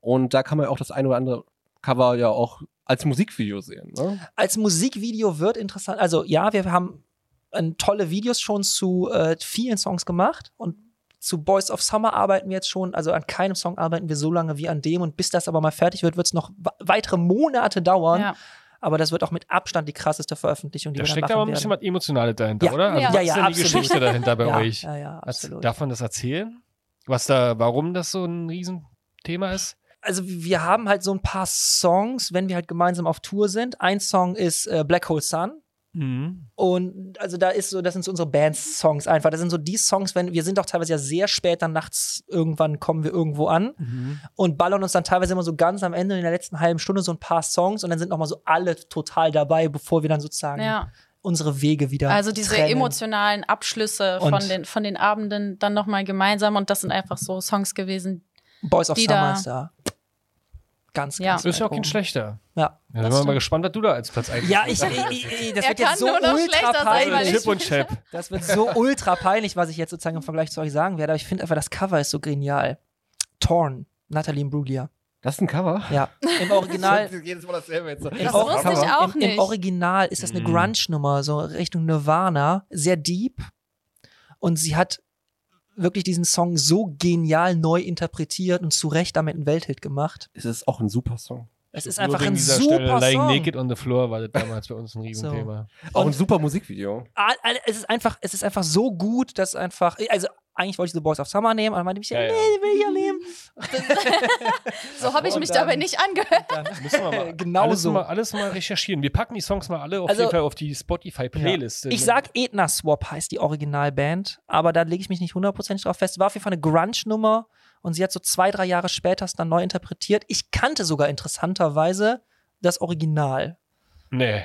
C: Und da kann man ja auch das ein oder andere Cover ja auch als Musikvideo sehen. Ne?
F: Als Musikvideo wird interessant. Also ja, wir haben äh, tolle Videos schon zu äh, vielen Songs gemacht und zu Boys of Summer arbeiten wir jetzt schon. Also an keinem Song arbeiten wir so lange wie an dem. Und bis das aber mal fertig wird, wird es noch wa- weitere Monate dauern.
B: Ja.
F: Aber das wird auch mit Abstand die krasseste Veröffentlichung, die
A: Da
F: wir
A: steckt
F: dann
A: aber
F: machen
A: ein bisschen
F: werden.
A: was Emotionales dahinter,
F: Ja.
A: oder?
B: Ja.
A: was
F: Ja,
A: ist denn
F: ja,
A: die
F: absolut.
A: Geschichte dahinter bei
F: ja,
A: euch?
F: ja, ja,
A: Was,
F: absolut.
A: darf man das erzählen? Was da, warum das so ein Riesenthema ist?
F: also wir haben halt so ein paar Songs, wenn wir halt gemeinsam auf Tour sind. Ein Song ist äh, Black Hole Sun.
A: Mhm.
F: Und also da ist so, das sind so unsere Bands-Songs einfach. Das sind so die Songs, wenn wir sind auch teilweise ja sehr spät dann nachts irgendwann kommen wir irgendwo an und ballern uns dann teilweise immer so ganz am Ende in der letzten halben Stunde so ein paar Songs und dann sind nochmal so alle total dabei, bevor wir dann sozusagen
B: Ja.
F: unsere Wege wieder.
B: Also diese
F: trennen.
B: emotionalen Abschlüsse
F: Und-
B: von den, von den Abenden dann nochmal gemeinsam und das sind einfach so Songs gewesen.
F: Boys of
B: die
F: Summer
B: da-
F: ist da. Ganz,
B: Ja.
F: ganz
A: Ist ja auch
F: weit
A: kein
F: oben.
A: schlechter.
F: Ja.
A: Ja, da sind wir mal gespannt, was du da als Platz 1
F: Ja, ich, ich, ich das
B: Er
F: wird jetzt
B: kann
F: so
B: nur noch
F: ultra
B: schlechter sein, weil
F: peinlich.
B: ich-
A: Chip und Chap.
F: Das wird so ultra peinlich, was ich jetzt sozusagen im Vergleich zu euch sagen werde, aber ich finde einfach, das Cover ist so genial. Torn, Nathalie Imbruglia.
C: Das ist ein Cover?
F: Ja, im Original.
C: Jedes Mal dasselbe jetzt.
F: im
B: Das wusste ich
F: Cover-
B: auch
F: im, Im
B: nicht.
F: Original ist das eine
A: Mhm.
F: Grunge-Nummer, so Richtung Nirvana, sehr deep. Und sie hat wirklich diesen Song so genial neu interpretiert und zu Recht damit einen Welthit gemacht.
C: Es ist auch ein super Song.
F: Es ist
A: Nur
F: einfach
A: wegen
F: ein
A: dieser
F: super
A: Lying
F: Song.
A: Naked on the Floor war das damals bei uns ein Riesenthema.
C: Auch ein super Musikvideo.
F: All- all- es ist einfach, es ist einfach so gut, dass einfach, also eigentlich wollte ich The Boys of Summer nehmen, aber dann meinte ich,
A: Ja, ja.
F: nee, die will ich ja nehmen.
B: So habe ich
F: und
B: mich
F: dann-
B: dabei nicht angehört.
A: Müssen wir mal
F: Genau
A: alles
F: so.
A: mal alles mal recherchieren. Wir packen die Songs mal alle auf
F: Also-
A: jeden Fall auf die Spotify Playlist.
F: Ich sag Edna Swap heißt die Originalband, aber da lege ich mich nicht hundertprozentig drauf fest. War auf jeden Fall eine Grunge-Nummer und sie hat so zwei, drei Jahre später es dann neu interpretiert. Ich kannte sogar interessanterweise das Original.
A: nee.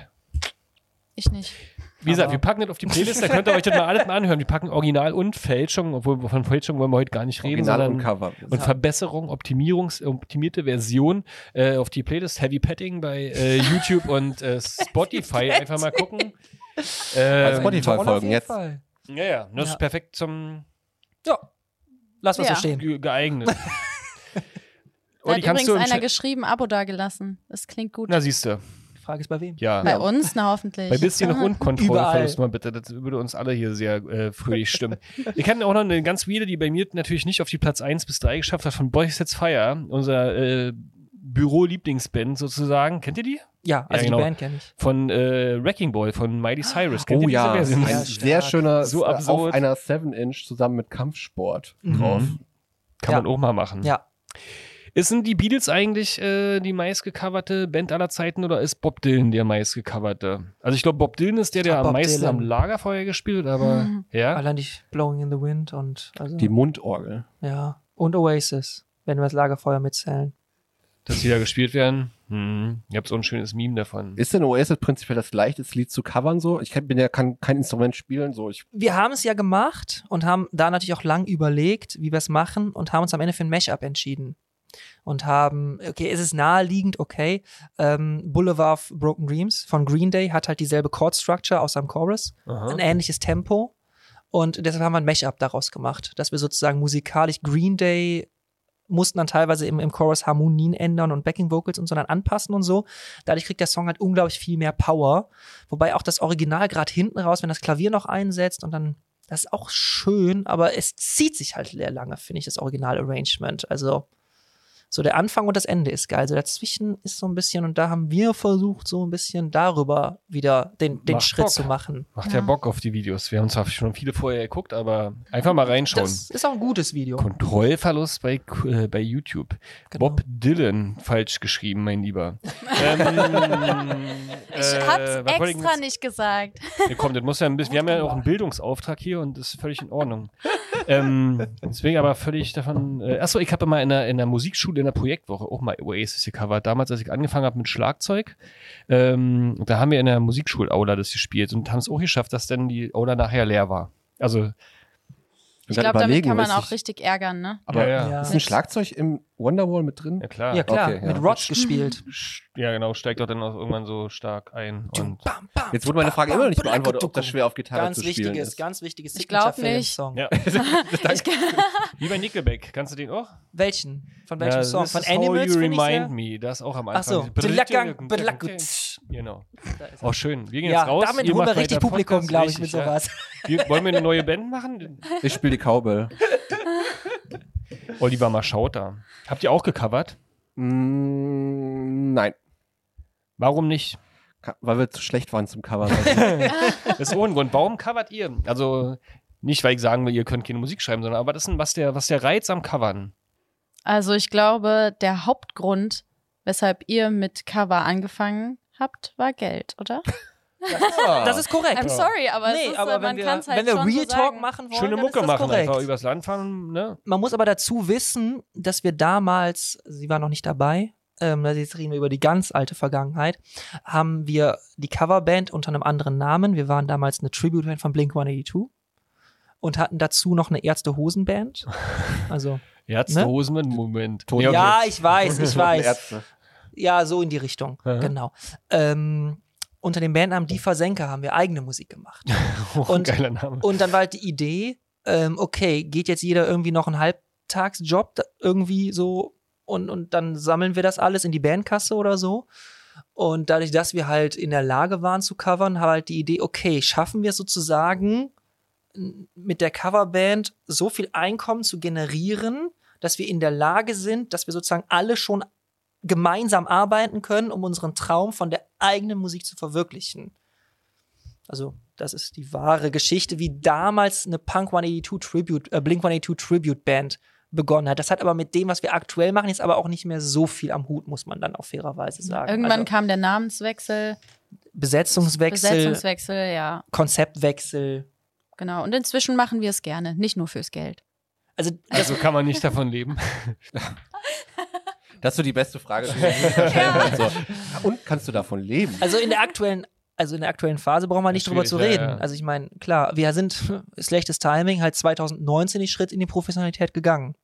B: Ich nicht.
A: Wie gesagt,
F: Aber-
A: wir packen das auf die Playlist, da könnt ihr euch das mal alles mal anhören. Wir packen Original und Fälschung, obwohl von Fälschung wollen wir heute gar nicht reden,
C: Original und
A: sondern
C: Cover.
A: und Verbesserung, Optimierungs, optimierte Version äh, auf die Playlist Heavy Petting bei äh, YouTube und äh, Spotify einfach mal gucken.
C: Bei
A: Ähm,
C: Spotify
F: Toll, auf
C: folgen
F: jeden
C: jetzt.
F: Fall.
A: ja, ja, das
F: Ja.
A: ist perfekt zum
F: Ja. Lass wir
B: Ja.
F: so stehen.
A: ge geeignet.
B: Da
A: Oder
B: hat
A: die kannst
B: übrigens
A: du im
B: einer
A: Chat-
B: geschrieben, Abo dagelassen. Das klingt gut.
A: Na siehst du,
F: Die Frage ist bei wem?
A: ja.
B: Bei uns? Na, hoffentlich.
A: Bei bisschen noch und Kontrollverlust
F: Überall.
A: mal bitte. Das würde uns alle hier sehr äh, fröhlich stimmen. Wir kennen auch noch eine ganz weirde, die bei mir natürlich nicht auf die Platz 1 bis 3 geschafft hat, von Boy Sets Fire, unser äh, Büro-Lieblingsband sozusagen. Kennt ihr die?
F: Ja, also
A: genau.
F: die Band kenne ich.
A: Von äh, Wrecking Ball, von Mighty Cyrus. Kennt
C: Oh
A: ihr
C: ja, ein
A: diese Version?
F: Ja,
C: sehr
F: stark.
C: schöner
A: So
C: äh,
A: absurd.
C: auf einer 7-Inch zusammen mit Kampfsport
F: Mhm.
C: drauf.
A: Kann
F: Ja.
A: man auch mal machen.
F: Ja.
A: Ist, sind die Beatles eigentlich äh, die meistgecoverte Band aller Zeiten oder ist Bob Dylan der meistgecoverte? Also ich glaube, Bob Dylan ist der, der
F: Ja,
A: am
F: Bob
A: meisten
F: Dylan.
A: am Lagerfeuer gespielt, hat, aber
B: Hm.
A: ja.
F: Allein die Blowing in the Wind und also,
C: Die Mundorgel.
F: ja. Und Oasis, wenn wir das Lagerfeuer mitzählen.
A: dass die da gespielt werden. Hm. Ihr habt so ein schönes Meme davon.
C: Ist denn Oasis prinzipiell das leichteste Lied zu covern so? Ich kann- bin ja kann kein Instrument spielen so. Ich,
F: Wir haben es ja gemacht und haben da natürlich auch lang überlegt, wie wir es machen und haben uns am Ende für ein Mashup entschieden. Und haben, okay, es ist naheliegend, okay, ähm, Boulevard of Broken Dreams von Green Day hat halt dieselbe Chord Structure außer im Chorus.
A: Aha.
F: ein ähnliches Tempo. Und deshalb haben wir ein Mashup daraus gemacht, dass wir sozusagen musikalisch Green Day mussten dann teilweise im, im Chorus Harmonien ändern und Backing Vocals und so dann anpassen und so. Dadurch kriegt der Song halt unglaublich viel mehr Power. Wobei auch das Original gerade hinten raus, wenn das Klavier noch einsetzt und dann, das ist auch schön, aber es zieht sich halt sehr lange, finde ich, das Original-Arrangement. Also so der Anfang und das Ende ist geil. So dazwischen ist so ein bisschen, und da haben wir versucht, so ein bisschen darüber wieder den, den
A: Macht
F: Schritt
A: Bock.
F: zu machen.
A: Macht ja
B: Ja.
A: Bock auf die Videos. Wir haben zwar schon viele vorher geguckt, aber einfach mal reinschauen.
F: Das ist auch ein gutes Video.
A: Kontrollverlust bei, äh, bei YouTube.
F: Genau.
A: Bob Dylan falsch geschrieben, mein Lieber. ähm,
B: Ich
A: äh,
B: hab's
A: was wollte ich
B: extra
A: denn
B: nicht gesagt.
A: jetzt? Ja, komm, das muss ja ein bisschen, wir haben ja auch einen Bildungsauftrag hier und das ist völlig in Ordnung. ähm, deswegen aber völlig davon. Äh, achso, ich habe mal in der, in der Musikschule in der Projektwoche auch mal Oasis gecovert. Damals, als ich angefangen habe mit Schlagzeug, ähm, da haben wir in der Musikschulaula das gespielt und haben es auch geschafft, dass dann die Aula nachher leer war. Also,
B: Ich
C: dann
B: glaube, damit
C: überlegen,
B: kann man
C: was
B: auch
C: ich-
B: richtig ärgern, ne?
A: aber ja.
F: Ja.
C: Ist ein Schlagzeug im Wonderwall mit drin?
A: Ja, klar.
F: Ah, Ja, klar,
C: Okay, ja.
F: mit Rod gespielt.
A: Ja, genau, steigt doch dann auch irgendwann so stark ein. Und
F: Bam, bam,
C: Jetzt wurde meine Frage
F: bam,
C: immer noch nicht
F: bam,
C: beantwortet, ob das
F: bam.
C: schwer auf Gitarre
F: ganz
C: zu spielen
F: wichtiges,
C: ist.
F: ganz wichtiges
B: Ich glaub
F: Signature für den
B: nicht.
F: Song.
A: ja.
B: Ich,
A: Wie bei Nickelback. Kannst du den auch?
F: Welchen? Von
A: Ja,
F: welchem Song?
A: This
F: Von
A: is
F: Animals?
A: How you
F: finde ich sehr-
A: remind me. Also, Das auch am Anfang.
F: Ach so.
A: Diese-
F: Blackgang, Blackgang.
A: Genau. Oh, schön. Wir gehen
F: Ja,
A: jetzt raus.
F: damit
A: Ihr
F: holen
A: macht
F: wir richtig
A: weiter
F: Publikum,
A: Podcast.
F: glaube ich, mit
A: Richtig,
F: sowas.
A: Ja. Wir, wollen wir eine neue Band machen?
C: Ich spiele die Cowbell.
A: Oliver Maschauter. Habt ihr auch gecovert?
C: Mm, nein,
A: Warum nicht?
C: Ka- weil wir zu schlecht waren zum Cover. Also,
A: Das ist ohne Grund. Warum covert ihr? Also nicht, weil ich sagen will, ihr könnt keine Musik schreiben, sondern aber das ist ein- was der, was der Reiz am Covern.
B: Also ich glaube, der Hauptgrund, weshalb ihr mit Cover angefangen habt, war Geld, oder?
F: Das ist korrekt.
B: I'm sorry, aber, es
F: Ah. nee,
B: ist, äh,
F: aber
B: man
F: wenn wir,
B: kann's halt
F: wenn wir
B: schon
F: Real
B: so
F: Talk
B: sagen.
F: machen wollen,
A: Schöne
F: dann
A: Mucke
F: ist das
A: machen,
F: korrekt.
A: einfach übers Land fahren, ne?
F: Man muss aber dazu wissen, dass wir damals, sie war noch nicht dabei, ähm, also jetzt reden wir über die ganz alte Vergangenheit, haben wir die Coverband unter einem anderen Namen. Wir waren damals eine Tribute-Band von Blink 182 und hatten dazu noch eine Ärzte-Hosen-Band. Also,
A: Ärzte
F: Ne?
A: Hosen im Moment.
C: Tote
A: okay.
F: ja, ich weiß, ich weiß.
C: Ärzte.
F: Ja, so in die Richtung,
A: Aha.
F: genau. Ähm, unter dem Bandnamen Die Versenker haben wir eigene Musik gemacht.
A: Oh,
F: Und-
A: geiler Name.
F: Und dann war halt die Idee, ähm, okay, geht jetzt jeder irgendwie noch einen Halbtagsjob da- irgendwie so und, und dann sammeln wir das alles in die Bandkasse oder so. Und dadurch, dass wir halt in der Lage waren zu covern, war halt die Idee, okay, schaffen wir es sozusagen n- mit der Coverband so viel Einkommen zu generieren, dass wir in der Lage sind, dass wir sozusagen alle schon gemeinsam arbeiten können, um unseren Traum von der eigenen Musik zu verwirklichen. Also, das ist die wahre Geschichte, wie damals eine Punk 182 Tribute, äh, Blink 182 Tribute Band begonnen hat. Das hat aber mit dem, was wir aktuell machen, jetzt aber auch nicht mehr so viel am Hut, muss man dann auch fairerweise sagen.
B: Irgendwann
F: also,
B: kam der Namenswechsel,
F: Besetzungswechsel,
B: Besetzungswechsel, ja,
F: Konzeptwechsel.
B: genau. Und inzwischen machen wir es gerne, nicht nur fürs Geld.
F: Also, das
A: Also kann man nicht davon leben.
C: Das ist so die beste Frage. Die man sich stellen kann. so. Und kannst du davon leben?
F: Also in der aktuellen also in der aktuellen Phase brauchen wir nicht drüber
A: Natürlich,
F: zu
A: ja, ja.
F: reden. Also ich meine, klar, wir sind schlechtes Timing, halt 2019 den Schritt in die Professionalität gegangen.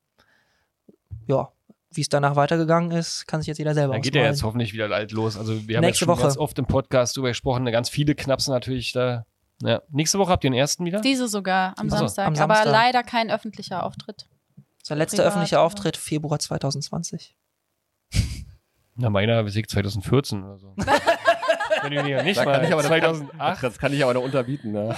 F: Ja, wie es danach weitergegangen ist, kann sich jetzt jeder selber
A: Dann geht ja
F: ausmalen.
A: jetzt hoffentlich wieder alt los. Also wir haben
F: Nächste
A: jetzt schon
F: Woche.
A: ganz oft im Podcast drüber gesprochen, ganz viele Knapsen natürlich da. Ja. Nächste Woche habt ihr den ersten wieder?
B: Diese sogar am,
A: Ach so,
B: Samstag.
F: am
B: Aber
F: Samstag.
B: leider kein öffentlicher Auftritt.
F: Das war letzter
B: Privat,
F: öffentlicher
B: ja.
F: Auftritt, Februar 2020.
A: Na, meiner Sieg 2014 oder so. Wenn ihr nicht, nicht
C: Da kann
A: mal
C: ich aber-
A: 2008.
C: Das kann ich aber noch unterbieten. Ne?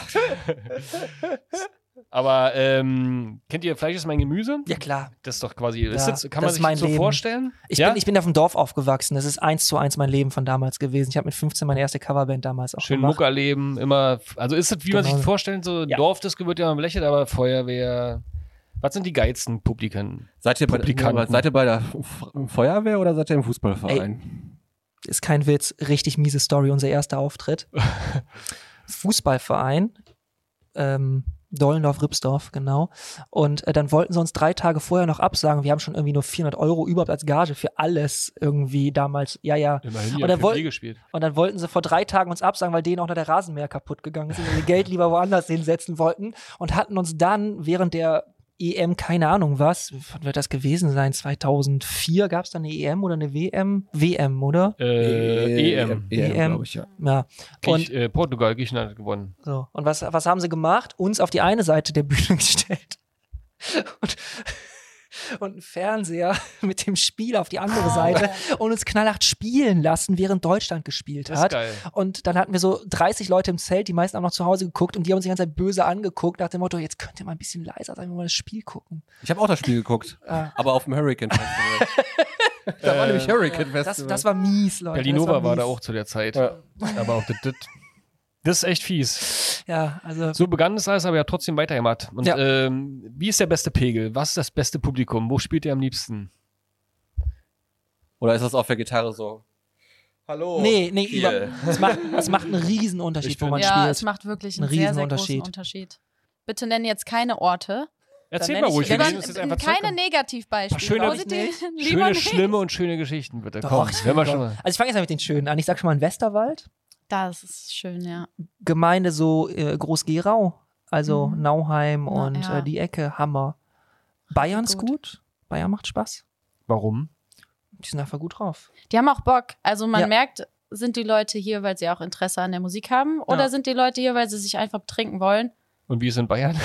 A: Aber ähm, kennt ihr Fleisch ist mein Gemüse?
F: Ja, klar.
A: Das ist doch quasi, ist
F: Ja,
A: jetzt, kann
F: das
A: man
F: ist
A: sich
F: mein
A: so
F: Leben.
A: vorstellen?
F: Ich,
A: ja?
F: bin, ich bin auf dem Dorf aufgewachsen. Das ist eins zu eins mein Leben von damals gewesen. Ich habe mit 15 meine erste Coverband damals auch
A: Schön
F: gemacht.
A: Muckerleben, immer. Also ist das, wie man
F: Genau.
A: sich das vorstellt, so
F: Ja.
A: Dorfdisco wird ja immer belächelt, aber Feuerwehr. Was sind die geilsten Publiken?
C: Seid, ihr bei,
A: Publikanten.
C: seid ihr bei der F Feuerwehr oder seid ihr im Fußballverein?
F: Ist kein Witz, richtig miese Story, unser erster Auftritt. Fußballverein, ähm, Dollendorf-Ripsdorf, genau. Und äh, dann wollten sie uns drei Tage vorher noch absagen. Wir haben schon irgendwie nur 400 Euro überhaupt als Gage für alles irgendwie damals. Ja, ja.
A: Immerhin,
F: Oder
A: für
F: woll-
A: die gespielt.
F: Und dann wollten sie vor drei Tagen uns absagen, weil denen auch noch der Rasenmäher kaputt gegangen ist und wir ihr Geld lieber woanders hinsetzen wollten und hatten uns dann während der EM, keine Ahnung was, wann wird das gewesen sein? 2004 gab es dann eine EM oder eine WM? WM, oder? E
A: Äh, EM.
C: EM,
F: EM.
C: glaube E ich, ja.
F: Ja.
A: Griech, äh, Portugal, Griechenland hat gewonnen.
F: So. Und was, was haben sie gemacht? Uns auf die eine Seite der Bühne gestellt. Und, und einen Fernseher mit dem Spiel auf die andere Seite und uns knallhart spielen lassen, während Deutschland gespielt
A: Das ist
F: hat.
A: geil.
F: Und dann hatten wir so 30 Leute im Zelt, die meisten haben noch zu Hause geguckt und die haben uns die ganze Zeit böse angeguckt, nach dem Motto, jetzt könnt ihr mal ein bisschen leiser sein, wenn wir mal das Spiel gucken.
C: Ich habe auch das Spiel geguckt,
F: Ah.
C: aber auf dem Hurricane Festival. da war nämlich Hurricane Festival.
F: Das, das war mies, Leute.
A: Berlinova war,
F: das
A: da
F: mies.
A: auch zu der Zeit.
C: Ja.
A: Aber auch das, das, das ist echt fies.
F: Ja, also
A: So begann es alles, aber ja trotzdem weitergemacht. Und
F: Ja.
A: ähm, wie ist der beste Pegel? Was ist das beste Publikum? Wo spielt ihr am liebsten?
C: Oder ist das auf der Gitarre so? Hallo.
F: nee, nee,
C: Kiel.
F: über, es, macht, es macht einen riesen Unterschied,
A: Ich
F: wo
A: bin-
F: man
B: ja,
F: spielt.
B: es macht wirklich
F: Ein
B: einen sehr, sehr
F: Riesenunterschied.
B: großen Unterschied. Bitte nennen jetzt keine Orte.
A: Erzähl
F: nenn
A: mal
F: ich-
A: ruhig. wir
F: wir
B: Lieber,
A: nehmen uns jetzt einfach
B: keine
A: zurück.
B: Negativbeispiele.
A: Schöne-
B: Positiv- lieber
A: Schöne,
B: nicht.
A: schlimme und schöne Geschichten, bitte.
F: Doch.
A: Komm, wenn wir schon mal.
F: also ich fange jetzt mal mit den Schönen an. Ich sag schon mal in Westerwald,
B: Das ist schön, ja.
F: Gemeinde so äh, Groß-Gerau, also
B: Mhm.
F: Nauheim
B: Na,
F: und
B: ja.
F: äh, die Ecke, Hammer. Bayern ist
B: Gut.
F: gut. Bayern macht Spaß.
A: Warum?
F: Die sind einfach gut drauf.
B: Die haben auch Bock. Also man
F: Ja.
B: merkt, sind die Leute hier, weil sie auch Interesse an der Musik haben? Oder
F: Ja.
B: sind die Leute hier, weil sie sich einfach betrinken wollen?
A: Und wie ist es in Bayern?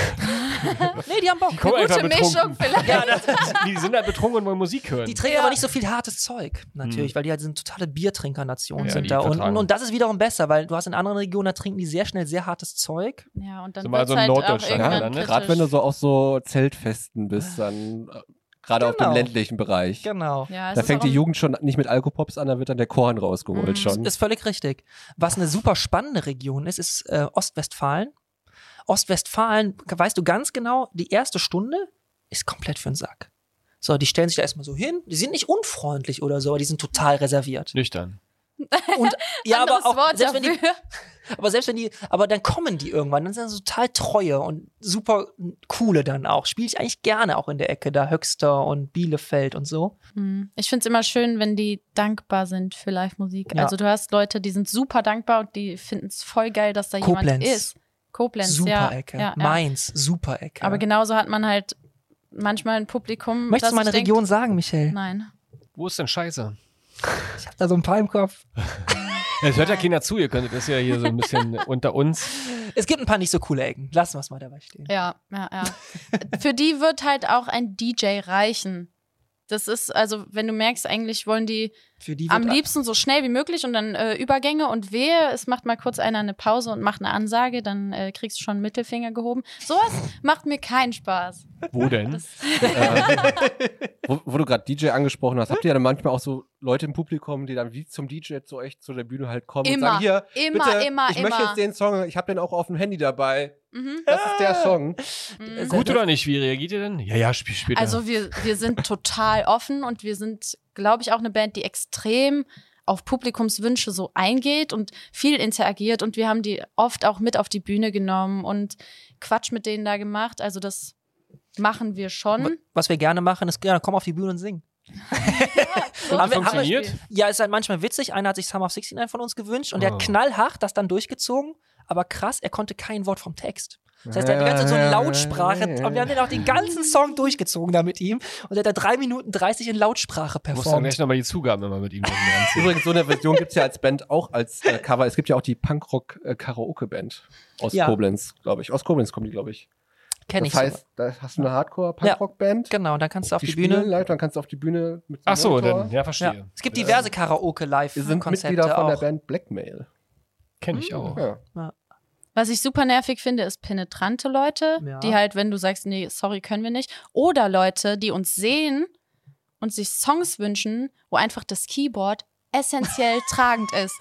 F: Nee, die haben Bock.
A: Guck,
B: Eine gute
A: einfach betrunken.
B: Mischung vielleicht.
A: die sind halt betrunken und wollen Musik hören.
F: Die trinken
B: Ja.
F: aber nicht so viel hartes Zeug, natürlich, weil die halt sind totale Biertrinkernation
A: Mhm. Ja, die
F: sind da. Und,
A: vertragen.
F: und das ist wiederum besser, weil du hast in anderen Regionen, da trinken die sehr schnell sehr hartes Zeug.
B: Ja, und dann
A: So mal
B: wird's
A: so ein
B: halt auch
A: Norddeutschland,
B: irgendwann
A: dann, ne?
B: kritisch.
C: Gerade wenn du so auf so Zeltfesten bist, dann äh, gerade auf dem
F: Genau.
C: ländlichen Bereich.
F: Genau.
B: ja, es
C: Da
B: ist
C: fängt
B: auch
C: die
B: ein-
C: Jugend schon nicht mit Alkopops an, da wird dann der Korn rausgeholt
B: Mhm.
C: schon.
F: Ist völlig richtig. Was eine super spannende Region ist, ist äh, Ostwestfalen. Ostwestfalen, weißt du ganz genau, die erste Stunde ist komplett für den Sack. So, die stellen sich da erstmal so hin. Die sind nicht unfreundlich oder so, aber die sind total reserviert.
A: Nüchtern.
F: Und ja, aber
B: Anderes
F: auch
B: Wort
F: selbst wenn die
B: dafür.
F: Aber selbst wenn die, aber dann kommen die irgendwann, dann sind sie total treue und super coole dann auch. Spiele ich eigentlich gerne auch in der Ecke, da Höxter und Bielefeld und so.
B: Hm. Ich finde es immer schön, wenn die dankbar sind für Live-Musik.
F: Ja.
B: Also du hast Leute, die sind super dankbar und die finden es voll geil, dass da jemand
F: Koblenz.
B: ist. Koblenz, ja.
F: super Ecke.
B: ja, ja.
F: Mainz, super Ecke.
B: Aber genauso hat man halt manchmal ein Publikum.
F: Möchtest
B: das
F: du meine
B: sich denkt-
F: Region sagen, Michel?
B: Nein.
A: Wo ist denn Scheiße?
F: Ich hab da so ein paar im Kopf.
A: Es hört ja keiner zu, ihr könntet das ja hier so ein bisschen unter uns.
F: Es gibt ein paar nicht so coole Ecken. Lassen wir es mal dabei stehen.
B: Ja, ja, ja. Für die wird halt auch ein DJ reichen. Das ist, also, wenn du merkst, eigentlich wollen die
F: Für die
B: am
F: wird-
B: liebsten so schnell wie möglich und dann äh, Übergänge und wehe, es macht mal kurz einer eine Pause und macht eine Ansage, dann äh, kriegst du schon einen Mittelfinger gehoben. Sowas macht mir keinen Spaß.
A: Wo denn?
B: Das,
C: Ähm, Wo, wo du gerade DJ angesprochen hast, habt ihr dann manchmal auch so Leute im Publikum, die dann wie zum DJ zu euch zu der Bühne halt kommen und
B: Immer,
C: sagen, hier,
B: immer,
C: bitte,
B: immer,
C: ich möchte
B: immer.
C: jetzt den Song, ich habe den auch auf dem Handy dabei.
B: mhm,
C: Das ist der Song.
B: mhm.
A: Gut oder nicht? Wie reagiert ihr denn? Ja, ja, spiel später.
B: Also wir, wir sind total offen und wir sind, glaube ich, auch eine Band, die extrem auf Publikumswünsche so eingeht und viel interagiert und wir haben die oft auch mit auf die Bühne genommen und Quatsch mit denen da gemacht. Also das machen wir schon.
F: Was wir gerne machen, ist gerne kommen auf die Bühne und singen.
A: Und
F: Haben wir- haben wir-
A: funktioniert?
F: Ja, ist halt manchmal witzig. Einer hat sich Summer of 16 ein von uns gewünscht und der
A: Oh.
F: hat knallhart das dann durchgezogen, aber krass, er konnte kein Wort vom Text. Das heißt, er hat die ganze Zeit so eine Lautsprache und wir haben den auch den ganzen Song durchgezogen da mit ihm und er hat da 3 Minuten 30 in Lautsprache
A: Muss dann
F: performt.
A: echt nochmal die Zugaben immer mit ihm machen.
C: Übrigens, so eine Version gibt es ja als Band auch als äh, Cover. Es gibt ja auch die Punkrock-Karaoke-Band aus
F: Ja.
C: Koblenz, glaube ich. Aus Koblenz kommen die, glaube ich.
F: Kenn ich
C: das
F: so.
C: heißt, da hast du eine Hardcore-Punkrock-Band.
F: Genau, und dann kannst du auf die,
C: spielen
F: Bühne.
C: live, dann kannst du auf die Bühne mit dem
A: Ach so,
C: Monitor.
A: dann, ja, verstehe.
F: Ja. Es gibt diverse Karaoke-Live-Konzepte.
C: Wir sind Mitglieder von
F: auch.
C: der Band Blackmail.
A: Kenne ich auch.
C: Ja.
B: Was ich super nervig finde, ist penetrante Leute,
F: Ja.
B: die halt, wenn du sagst, nee, sorry, können wir nicht. Oder Leute, die uns sehen und sich Songs wünschen, wo einfach das Keyboard essentiell tragend ist.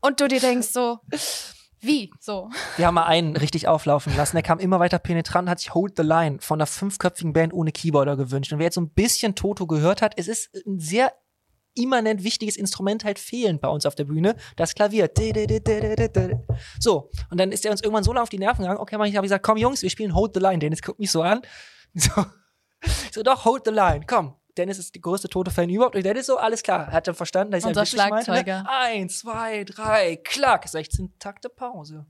B: Und du dir denkst so, wie? So.
F: Wir haben mal einen richtig auflaufen lassen. Der kam immer weiter penetrant, hat sich Hold the Line von einer fünfköpfigen Band ohne Keyboarder gewünscht. Und wer jetzt so ein bisschen Toto gehört hat, es ist ein sehr immanent wichtiges Instrument halt fehlend bei uns auf der Bühne, das Klavier. So, und dann ist er uns irgendwann so lange auf die Nerven gegangen, okay, hab ich habe gesagt, komm Jungs, wir spielen Hold the Line. Dennis guckt mich so an. So, so doch, Hold the Line, komm. Dennis ist der größte Toto-Fan überhaupt. Und Dennis so, alles klar, hat dann verstanden, dass ich
B: Unser
F: halt witzig meinte, ne?
B: Schlagzeuger.
F: Eins, zwei, drei, klack, 16 Takte Pause.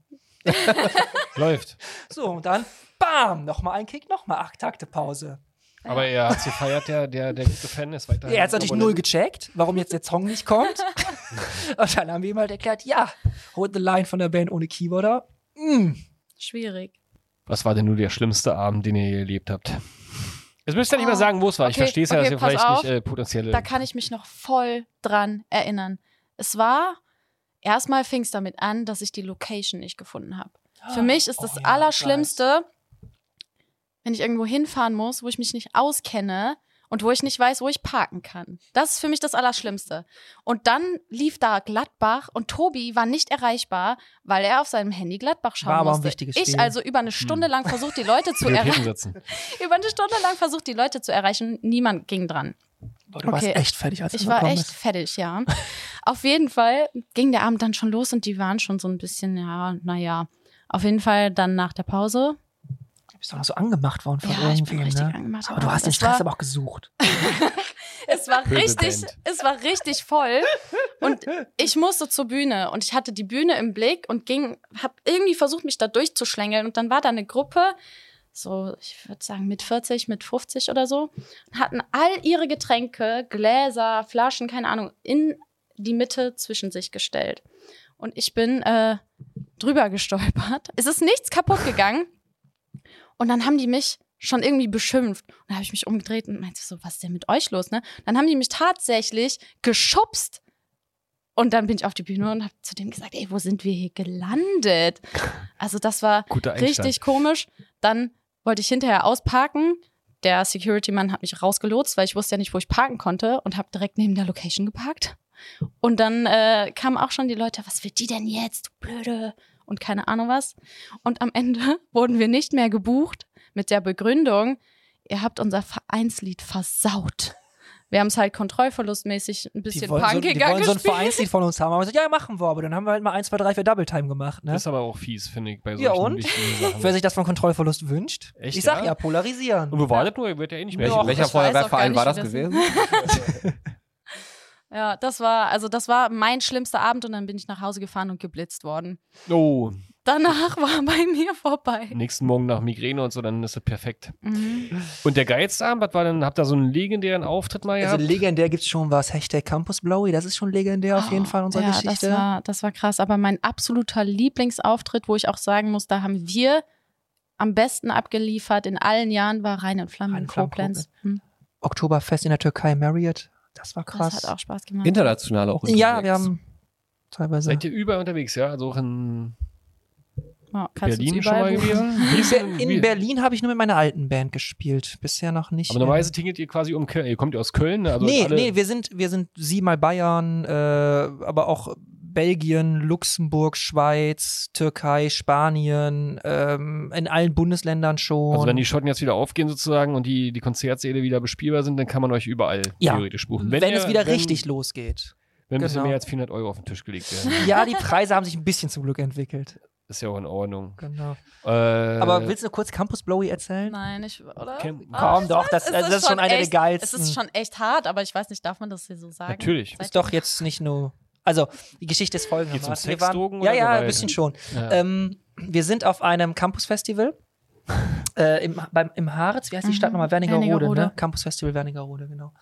A: Läuft.
F: So, und dann, bam, nochmal ein Kick, nochmal acht Takte Pause.
A: Aber er hat gefeiert, der, der, der gute Fan ist weiterhin.
F: Er hat natürlich null gecheckt, warum jetzt der Song nicht kommt. und dann haben wir ihm halt erklärt, ja, Hold the Line von der Band ohne Keyboarder. Mm.
B: Schwierig.
A: Was war denn nur der schlimmste Abend, den ihr je erlebt habt? Jetzt müsst ihr nicht mal sagen, wo es war. Ich
B: Okay,
A: verstehe es ja,
B: okay,
A: dass ihr
B: pass
A: vielleicht
B: auf.
A: nicht äh, potenzielle.
B: Da kann ich mich noch voll dran erinnern. Es war, erstmal fing es damit an, dass ich die Location nicht gefunden habe. Für mich ist das
F: Oh ja,
B: Allerschlimmste, wenn ich irgendwo hinfahren muss, wo ich mich nicht auskenne und wo ich nicht weiß, wo ich parken kann. Das ist für mich das Allerschlimmste. Und dann lief da Gladbach und Tobi war nicht erreichbar, weil er auf seinem Handy Gladbach schauen
F: War aber ein
B: musste.
F: wichtiges
B: ich
F: Spiel. Hm.
B: also über eine Stunde lang versucht, die Leute zu
A: Prioritäten
B: erreichen.
A: setzen.
B: Über eine Stunde lang versucht, die Leute zu erreichen. Niemand ging dran.
F: Boah, Du warst
B: Okay.
F: echt fertig, als
B: Ich
F: du
B: war
F: gekommen
B: echt
F: bist.
B: fertig, ja. Auf jeden Fall ging der Abend dann schon los und die waren schon so ein bisschen, ja, naja. Auf jeden Fall dann nach der Pause.
F: Du bist doch noch so angemacht worden von
B: Ja, ich bin
F: irgendwem,
B: richtig
F: ne?
B: angemacht.
F: Aber du hast den
B: Es
F: Stress
B: war-
F: aber auch gesucht.
B: Es war
A: Pöbelband.
B: richtig, es war richtig voll und ich musste zur Bühne und ich hatte die Bühne im Blick und ging, habe irgendwie versucht, mich da durchzuschlängeln und dann war da eine Gruppe, so ich würde sagen mit 40, mit 50 oder so, und hatten all ihre Getränke, Gläser, Flaschen, keine Ahnung, in die Mitte zwischen sich gestellt und ich bin äh, drüber gestolpert. Es ist nichts kaputt gegangen und dann haben die mich schon irgendwie beschimpft. Und da habe ich mich umgedreht und meinte so, was ist denn mit euch los, ne? Dann haben die mich tatsächlich geschubst. Und dann bin ich auf die Bühne und habe zu dem gesagt, ey, wo sind wir hier gelandet? Also das war
A: Guter Einstand.
B: richtig komisch. Dann wollte ich hinterher ausparken. Der Security-Mann hat mich rausgelotst, weil ich wusste ja nicht, wo ich parken konnte und habe direkt neben der Location geparkt. Und dann äh, kamen auch schon die Leute, was will die denn jetzt, du Blöde? Und keine Ahnung was. Und am Ende wurden wir nicht mehr gebucht mit der Begründung, ihr habt unser Vereinslied versaut. Wir haben es halt kontrollverlustmäßig ein bisschen
F: Die wollen, so, die
B: punkiger
F: wollen so ein
B: gespielt.
F: Vereinslied von uns haben. Aber wir gesagt, ja, machen wir. Aber dann haben wir halt mal 1, 2, 3, 4 Double Time gemacht. Ne?
A: Das ist aber auch fies, finde ich, bei solchen
F: Ja, und?
A: wichtigen
F: Wer
A: Sachen.
F: sich das von Kontrollverlust wünscht.
A: Echt,
F: ich sag
A: ja?
F: ja, polarisieren.
A: Und wo war das nur? Ihr werdet ja eh nicht mehr.
C: Welch,
B: Doch,
C: welcher
B: ich weiß auch
C: Feuerwehrverein war
B: gar nicht,
C: das
B: wie
C: gewesen?
B: Ja, das war, also das war mein schlimmster Abend und dann bin ich nach Hause gefahren und geblitzt worden.
A: Oh,
B: Danach war bei mir vorbei.
A: nächsten Morgen nach Migräne und so, dann ist das perfekt.
B: Mhm.
A: Und der geilste Abend, was war denn? Habt ihr so einen legendären Auftritt mal
F: Also
A: gehabt?
F: legendär gibt's schon was. Hashtag Campus Blowy, das ist schon legendär auf jeden Fall in unserer
B: Oh, ja,
F: Geschichte.
B: Das war, das war krass, aber mein absoluter Lieblingsauftritt, wo ich auch sagen muss, da haben wir am besten abgeliefert in allen Jahren, war Rhein in Flammen
F: Rhein
B: in
F: in Flammen,
B: Koblenz. Hm.
F: Oktoberfest in der Türkei, Marriott. Das war krass.
B: Das hat auch Spaß gemacht.
C: International auch.
F: ja,
C: unterwegs.
F: wir haben teilweise.
A: Seid ihr überall unterwegs, ja? Also auch in
B: Ja, kannst du uns
A: Berlin schon mal
B: überall buchen.
A: gewesen? Wie
F: In,
A: ist denn-
F: Ber-
A: wie-
F: in Berlin habe ich nur mit meiner alten Band gespielt. Bisher noch nicht.
A: Aber normalerweise tingelt ihr quasi um Köln. Ihr kommt ja aus Köln, ne? also
F: nee,
A: alle,
F: nee, wir sind, wir sind siebenmal Bayern, äh, aber auch Belgien, Luxemburg, Schweiz, Türkei, Spanien, ähm, in allen Bundesländern schon.
A: Also wenn die Schotten jetzt wieder aufgehen sozusagen und die, die Konzertsäle wieder bespielbar sind, dann kann man euch überall
F: Ja.
A: theoretisch buchen.
F: wenn es
A: ihr-
F: wieder
A: wenn,
F: richtig losgeht.
A: Wenn ein bisschen
F: genau.
A: mehr als 400 Euro auf den Tisch gelegt werden.
F: Ja, die Preise haben sich ein bisschen zum Glück entwickelt.
A: Ist ja auch in Ordnung.
F: Genau.
A: Äh,
F: Aber willst du kurz Campus Blowy erzählen?
B: Nein, ich, oder?
A: Kim-
B: Ah,
F: Komm doch, das,
B: es
F: also das ist schon einer der
B: echt- Es
F: geilsten.
B: ist schon echt hart, aber ich weiß nicht, darf man das hier so sagen?
A: Natürlich.
B: Seid
F: Ist doch jetzt nicht nur. Also, die Geschichte ist
A: Geht's
F: folgendermaßen.
A: um Sex,
F: Wir waren-
A: Drogen
F: Ja,
A: oder
F: ja, ein
A: Gewalt?
F: bisschen schon.
A: Ja.
F: Ähm, wir sind auf einem Campus-Festival. äh, im, beim, Im Harz, wie heißt die Stadt
B: Mhm.
F: nochmal? Wernigerode,
B: Wernigerode.
F: ne? Campus-Festival Wernigerode, genau.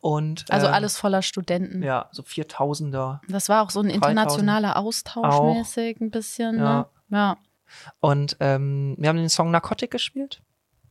F: Und,
B: Also
F: ähm,
B: alles voller Studenten.
F: Ja, so 4000er.
B: Das war auch so ein
F: 3000.
B: internationaler Austausch
F: Auch.
B: mäßig ein bisschen.
F: Ja.
B: Ne? ja.
F: Und ähm, wir haben den Song Narcotic gespielt.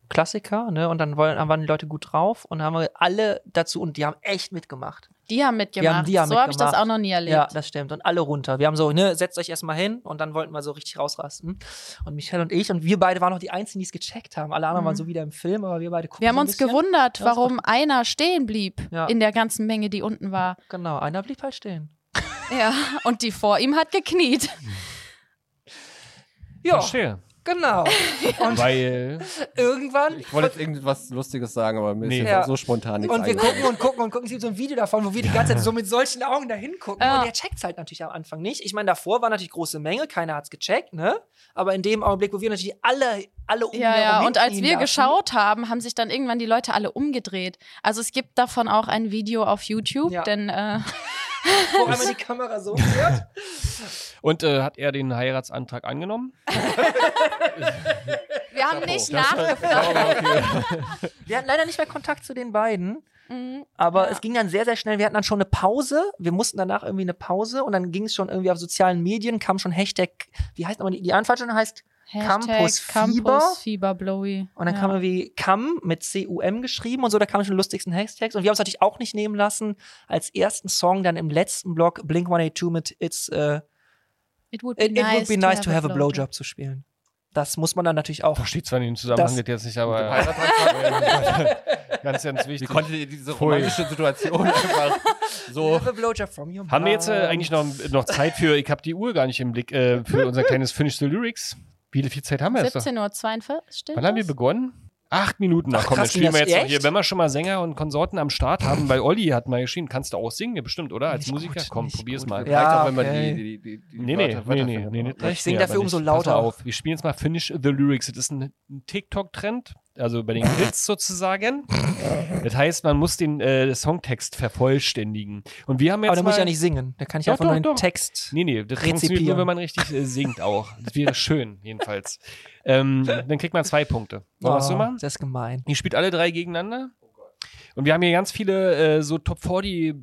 F: Klassiker, ne? Und dann wollen, waren die Leute gut drauf und haben wir alle dazu und die haben echt mitgemacht.
B: Die haben mitgemacht.
F: Die haben- die haben
B: so habe ich das
F: mitgemacht.
B: auch noch nie erlebt.
F: Ja, das stimmt. Und alle runter. Wir haben so, ne, setzt euch erstmal hin und dann wollten wir so richtig rausrasten. Und Michelle und ich und wir beide waren noch die Einzigen, die es gecheckt haben. Alle anderen
B: Mhm.
F: waren so wieder im Film, aber wir beide gucken.
B: wir haben
F: so ein
B: uns
F: bisschen.
B: gewundert,
F: Ja, das
B: warum einer stehen blieb
F: Ja.
B: in der ganzen Menge, die unten war.
F: Genau, einer blieb halt stehen.
B: Ja. Und die vor ihm hat gekniet.
F: Ja,
A: Verstehe.
F: genau. Und
A: Weil
F: irgendwann.
C: Ich wollte jetzt irgendwas Lustiges sagen, aber mir ist
A: Nee.
C: jetzt
F: Ja.
C: so spontan nichts
F: Und wir
C: eingefallen.
F: gucken und gucken und gucken. Es gibt so ein Video davon, wo wir die ganze Zeit so mit solchen Augen da hingucken.
B: Ja.
F: Und der checkt halt natürlich am Anfang nicht. Ich meine, davor war natürlich große Menge, keiner hat's gecheckt, ne? Aber in dem Augenblick, wo wir natürlich alle, alle um ihn
B: Ja, ja.
F: herum
B: Und als wir
F: hinknien lassen-
B: geschaut haben, haben sich dann irgendwann die Leute alle umgedreht. Also es gibt davon auch ein Video auf YouTube,
F: Ja.
B: denn äh,
F: wo einmal die Kamera so fährt.
A: Und äh, hat er den Heiratsantrag angenommen?
B: wir haben nicht nachgefragt.
F: Wir hatten leider nicht mehr Kontakt zu den beiden,
B: Mhm.
F: aber
B: Ja.
F: es ging dann sehr, sehr schnell. Wir hatten dann schon eine Pause. Wir mussten danach irgendwie eine Pause und dann ging es schon irgendwie auf sozialen Medien, kam schon Hashtag, wie heißt nochmal die, die Anfrage heißt,
B: Hashtag
F: Campus Fieber.
B: Campus Fieber, Blowy.
F: und dann
B: ja.
F: kam irgendwie CAM mit C-U-M geschrieben und so, da kamen schon die lustigsten Hashtags und wir haben es natürlich auch nicht nehmen lassen, als ersten Song dann im letzten Block Blink-182 mit It's, äh,
B: It would be
F: it, it
B: nice,
F: would be nice to have a blowjob zu spielen. Das muss man dann natürlich auch
A: Versteht zwar in dem Zusammenhang
F: Das-
A: das jetzt nicht, aber
C: Heiratsantrag-
A: ganz, ganz wichtig.
C: Wie konntet ihr diese
A: Pfui.
C: romantische Situation einfach so
F: Have a blowjob from your
A: Haben wir jetzt äh,
F: mom.
A: eigentlich noch, noch Zeit für, ich habe die Uhr gar nicht im Blick, äh, für unser kleines Finish the Lyrics? Wie viel Zeit haben wir jetzt noch?
B: 17.42 Uhr.
A: Wann haben wir begonnen? Acht Minuten. Na
F: Ach,
A: komm,
F: krass,
A: dann spielen wir
F: ging das
A: jetzt noch hier.
F: echt?
A: Wenn wir schon mal Sänger und Konsorten am Start haben, weil Olli hat mal geschrieben, kannst du auch singen, ja, bestimmt, oder? Als
F: Nicht
A: Musiker?
F: gut,
A: komm,
F: nicht
A: probier's
F: gut.
A: mal.
F: Ja,
C: Reicht auch, wenn man
F: okay.
C: die, die, die, die
A: Nee, nee,
C: Wörter-
A: nee,
C: Wörter
A: nee, nee,
C: findet.
A: nee,
F: Ich sing dafür umso
A: Pass mal
F: lauter.
A: auf, wir spielen jetzt mal Finish the Lyrics. Das ist ein, ein TikTok-Trend, also bei den Kids sozusagen. Das heißt, man muss den äh, Songtext vervollständigen. Und wir haben jetzt
F: Aber da
A: mal,
F: muss ich ja nicht singen. Da kann ich
A: Doch,
F: einfach nur
A: doch, doch.
F: den Text.
A: Nee, nee, das funktioniert nur,
F: rezipieren.
A: wenn man richtig äh, singt auch. Das wäre schön, jedenfalls. Ähm, dann kriegt man zwei Punkte. Wollen wir das so
F: Oh,
A: machen?
F: Das ist gemein.
A: Ihr spielt alle drei gegeneinander. Und wir haben hier ganz viele äh, so Top 40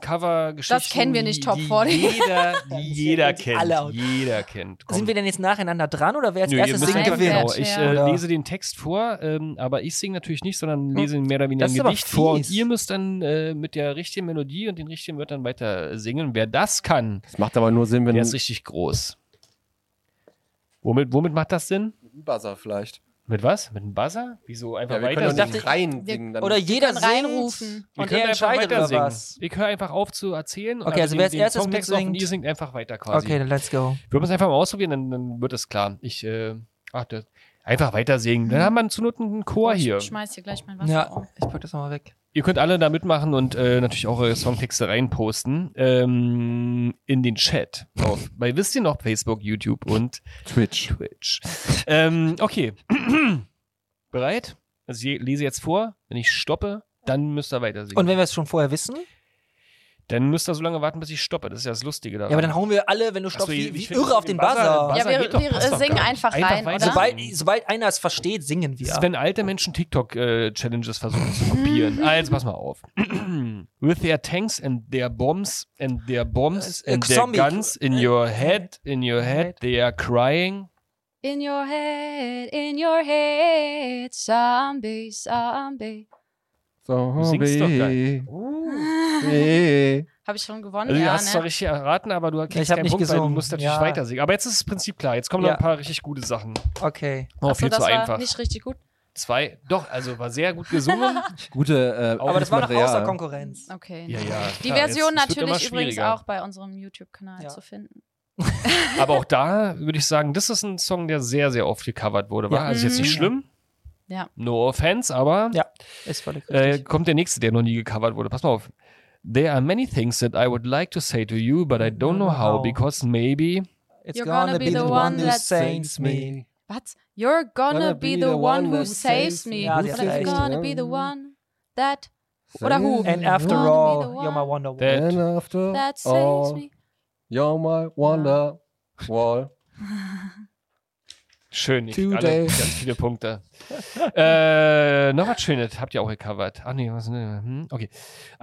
A: Cover-Geschichten.
B: Das kennen wir nicht,
A: die-
B: Top
A: die
B: 40.
A: Jeder, die
F: die
A: jeder
F: kennen sie
A: kennt.
F: alle.
A: Jeder kennt. Komm.
F: Sind wir denn jetzt nacheinander dran oder wer als
A: Nö, ihr
F: erstes
A: müsst
F: singt,
B: einfach-
F: gewinnt?
A: genau.
B: Ja.
A: Ich äh,
F: Oder-
A: lese den Text vor, ähm, aber ich singe natürlich nicht,
F: Hm.
A: sondern lese ihn mehr oder weniger
F: Das
A: ein
F: ist aber
A: Gedicht vor. Und
F: fies.
A: ihr müsst dann äh, mit der richtigen Melodie und den richtigen Wörtern weiter singen. Wer das kann,
C: Das macht aber nur Sinn, wenn
A: der ist richtig groß. Womit, womit macht das Sinn?
C: ein Buzzer vielleicht.
A: Mit was? Mit einem Buzzer? Wieso einfach
C: Ja, wir
A: weiter?
C: können
F: Ich
C: doch
A: singen?
F: dachte,
C: nicht rein singen. Dann
F: Oder jeder
B: kann
F: singt
B: reinrufen.
A: Ihr
F: und
A: könnt
F: er
A: einfach
F: entscheidet
A: weiter
F: über
A: singen.
F: was.
A: Ich höre einfach auf zu erzählen. und
F: Okay, also
A: den-
F: wer als
A: den
F: erstes
A: Songtext auf und
F: mitsingt-
A: Ihr singt einfach weiter quasi.
F: Okay, dann let's go.
A: Wir müssen einfach mal ausprobieren, dann, dann wird es klar. Ich, äh, ach, das, einfach weiter singen. Dann haben wir zu Not einen Chor hier.
B: Ich schmeiß hier gleich mein Wasser
F: Ja,
B: um.
F: ich pack das nochmal weg.
A: Ihr könnt alle da mitmachen und äh, natürlich auch eure Songtexte reinposten ähm, in den Chat. Auf, bei wisst ihr noch Facebook, YouTube und
C: Twitch.
A: Twitch. ähm, okay. Bereit? Also ich lese jetzt vor. Wenn ich stoppe, dann müsst ihr weiter singen.
F: Und wenn wir es schon vorher wissen,
A: dann müsst ihr so lange warten, bis ich stoppe. Das ist ja das Lustige daran.
F: ja, aber dann hauen wir alle, wenn du
A: Ach so,
F: stoppst, wie,
A: ich
F: wie
A: finde,
F: irre auf den
A: Buzzer-
F: Buzzer.
A: Buzzer
B: Ja, wir-
A: geht doch,
B: wir
A: passt doch gar
B: singen
A: nicht.
B: einfach rein,
A: weiter
B: oder?
F: sobald,
A: singen.
F: sobald einer es versteht, singen
A: Das
F: wir.
A: ist, wenn alte Menschen TikTok-Challenges versuchen zu
B: Mhm.
A: kopieren. also pass mal auf. With their tanks and their bombs and their bombs
F: Äh,
A: and their
F: Zombie- Äh,
A: guns in your head, in your head, they are crying.
B: In your head, in your head, Zombie, Zombie.
C: So,
A: singst doch
B: Habe ich schon gewonnen?
A: Also, du
B: ja,
A: hast es zwar
B: ne?
A: richtig erraten, aber du kriegst
F: hab
A: keinen
F: nicht
A: Punkt, weil du
F: gesungen.
A: musst natürlich
F: Ja.
A: weiter singen. Aber jetzt ist das Prinzip klar. Jetzt kommen noch
F: Ja.
A: ein paar richtig gute Sachen.
F: Okay.
A: Oh,
B: Achso,
A: viel
B: das
A: zu
B: war
A: einfach.
B: nicht richtig gut.
A: Zwei. Doch, also war sehr gut gesungen.
C: Gute, äh,
F: Aber das war noch
C: Material.
F: außer Konkurrenz.
B: Okay. ne.
A: ja, ja.
B: Die
A: klar,
B: Version
A: jetzt- es wird
B: natürlich
A: immer
B: übrigens
A: schwieriger.
B: auch bei unserem YouTube-Kanal
F: Ja.
B: zu finden.
A: Aber auch da würde ich sagen, das ist ein Song, der sehr, sehr oft gecovert wurde. War
F: Ja.
A: also jetzt nicht
F: Mhm.
A: schlimm.
B: Ja.
A: No offense, aber
F: Ja, ist völlig
A: äh,
F: richtig.
A: kommt der nächste, der noch nie gecovert wurde. Pass mal auf.
B: Mhm.
A: There are many things that I would like to say to you, but I don't know how, because maybe
F: It's
B: You're gonna be the one that
F: saves me.
B: Was? You're gonna, be, the one who saves me.
F: Ja, sie hat
B: Oder you're
F: recht.
B: gonna be the one that Oder who?
F: And after
B: Gonna be
F: all,
B: the
F: you're my
B: one
F: wonder woman.
A: that-
C: And after
B: that saves
C: all,
B: me.
C: you're my wonder wall.
A: Schön, ich
C: Two
A: krieg alle
C: days.
A: ganz viele Punkte. äh, noch was Schönes, habt ihr auch gecovert. Ach nee, was, ne, hm, okay.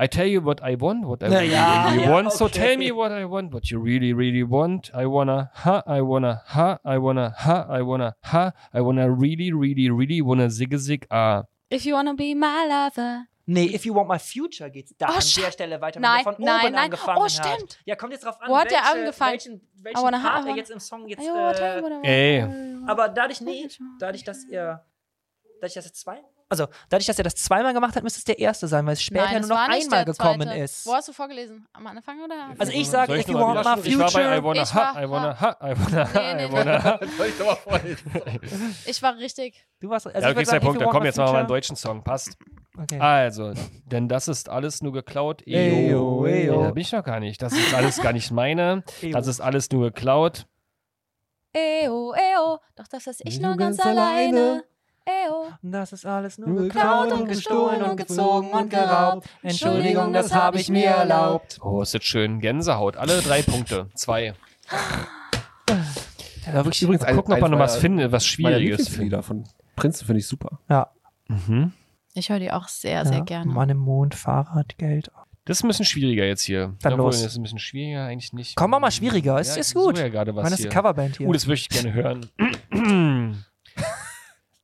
A: I tell you what I want, what I
F: Na
A: really,
F: ja,
A: really
F: ja,
A: want, so
F: okay.
A: tell me what I want, what you really, really want. I wanna, ha, I wanna, ha, I wanna, ha, I wanna, ha, I wanna really, really, really wanna zig zig ah.
B: If you wanna be my lover.
F: Nee, If You Want My Future geht's da
B: Oh,
F: an
B: shit.
F: der Stelle weiter, wenn
B: Nein,
F: er von oben
B: nein, nein.
F: angefangen halt.
B: Oh,
F: hat.
B: stimmt.
F: Ja, kommt jetzt drauf an,
B: Wo hat der
F: welche-
B: angefangen?
F: welchen, welchen
B: I wanna have-
F: Part
B: I
F: er
B: wanna-
F: jetzt im Song jetzt...
B: I wanna tell
F: Äh,
B: you what I want.
A: Ey.
F: aber dadurch, nee, dadurch, dass ihr... Dadurch, dass er zwei... Also, dadurch, dass er das zweimal gemacht hat, müsste es der erste sein, weil es später
B: Nein, das
F: nur noch
B: war nicht
F: einmal
B: der
F: gekommen
B: zweite.
F: ist.
B: Wo hast du vorgelesen? Am Anfang oder?
F: Also ich sag,
A: Soll
F: if you
A: nochmal
F: want my
A: wieder? Ich war bei I
F: future...
A: wanna,
B: Ich
A: ha,
B: war-
A: I wanna, ha, I wanna, ha,
B: Nee,
A: I
B: nee,
A: wanna, ha.
C: Soll ich nochmal vorlesen?
B: Ich war richtig.
F: Du warst... Also
A: Ja, du
F: ich würd
A: kriegst drei
F: sagen, if you
A: Punkte.
F: want
A: Komm,
F: my
A: jetzt machen wir einen
F: future-
A: deutschen Song, passt.
F: Okay.
A: Also, denn das ist alles nur geklaut.
F: Eyo, eyo.
A: Nee, da bin ich noch gar nicht. Das ist alles gar nicht meine.
F: Eyo.
A: Das ist alles nur geklaut.
B: Eo, eo, doch das ist ich nur ganz alleine. Eo.
F: Das ist alles nur
C: Nur
F: geklaut
C: geklaut
F: und
C: und
F: gestohlen
B: gestohlen
F: und gezogen und geraubt. Entschuldigung,
B: Entschuldigung,
F: das
B: das hab
F: habe ich mir erlaubt.
A: Oh, ist das schön. Gänsehaut. Alle drei Punkte. Zwei.
F: Ja, wirklich
C: Übrigens, ein-
A: Gucken, ob man noch
C: eins
A: was
C: meiner-
A: findet, was
C: Meine
A: Schwieriges.
C: Lieblingslieder von Prinzen finde ich super.
F: Ja,
A: Mhm.
B: Ich höre die auch sehr, sehr gerne.
F: Mann im Mond, Fahrrad, Geld.
A: Das ist ein bisschen schwieriger jetzt hier.
F: Dann
A: Obwohl,
F: los.
A: Das ist ein bisschen schwieriger, eigentlich nicht.
F: Komm, mach mal schwieriger. Ist- ist
A: ich suche
F: gut.
A: Ja gerade was
F: Mann, das ist
A: hier.
F: eine Coverband hier.
A: Oh, das würde ich gerne hören.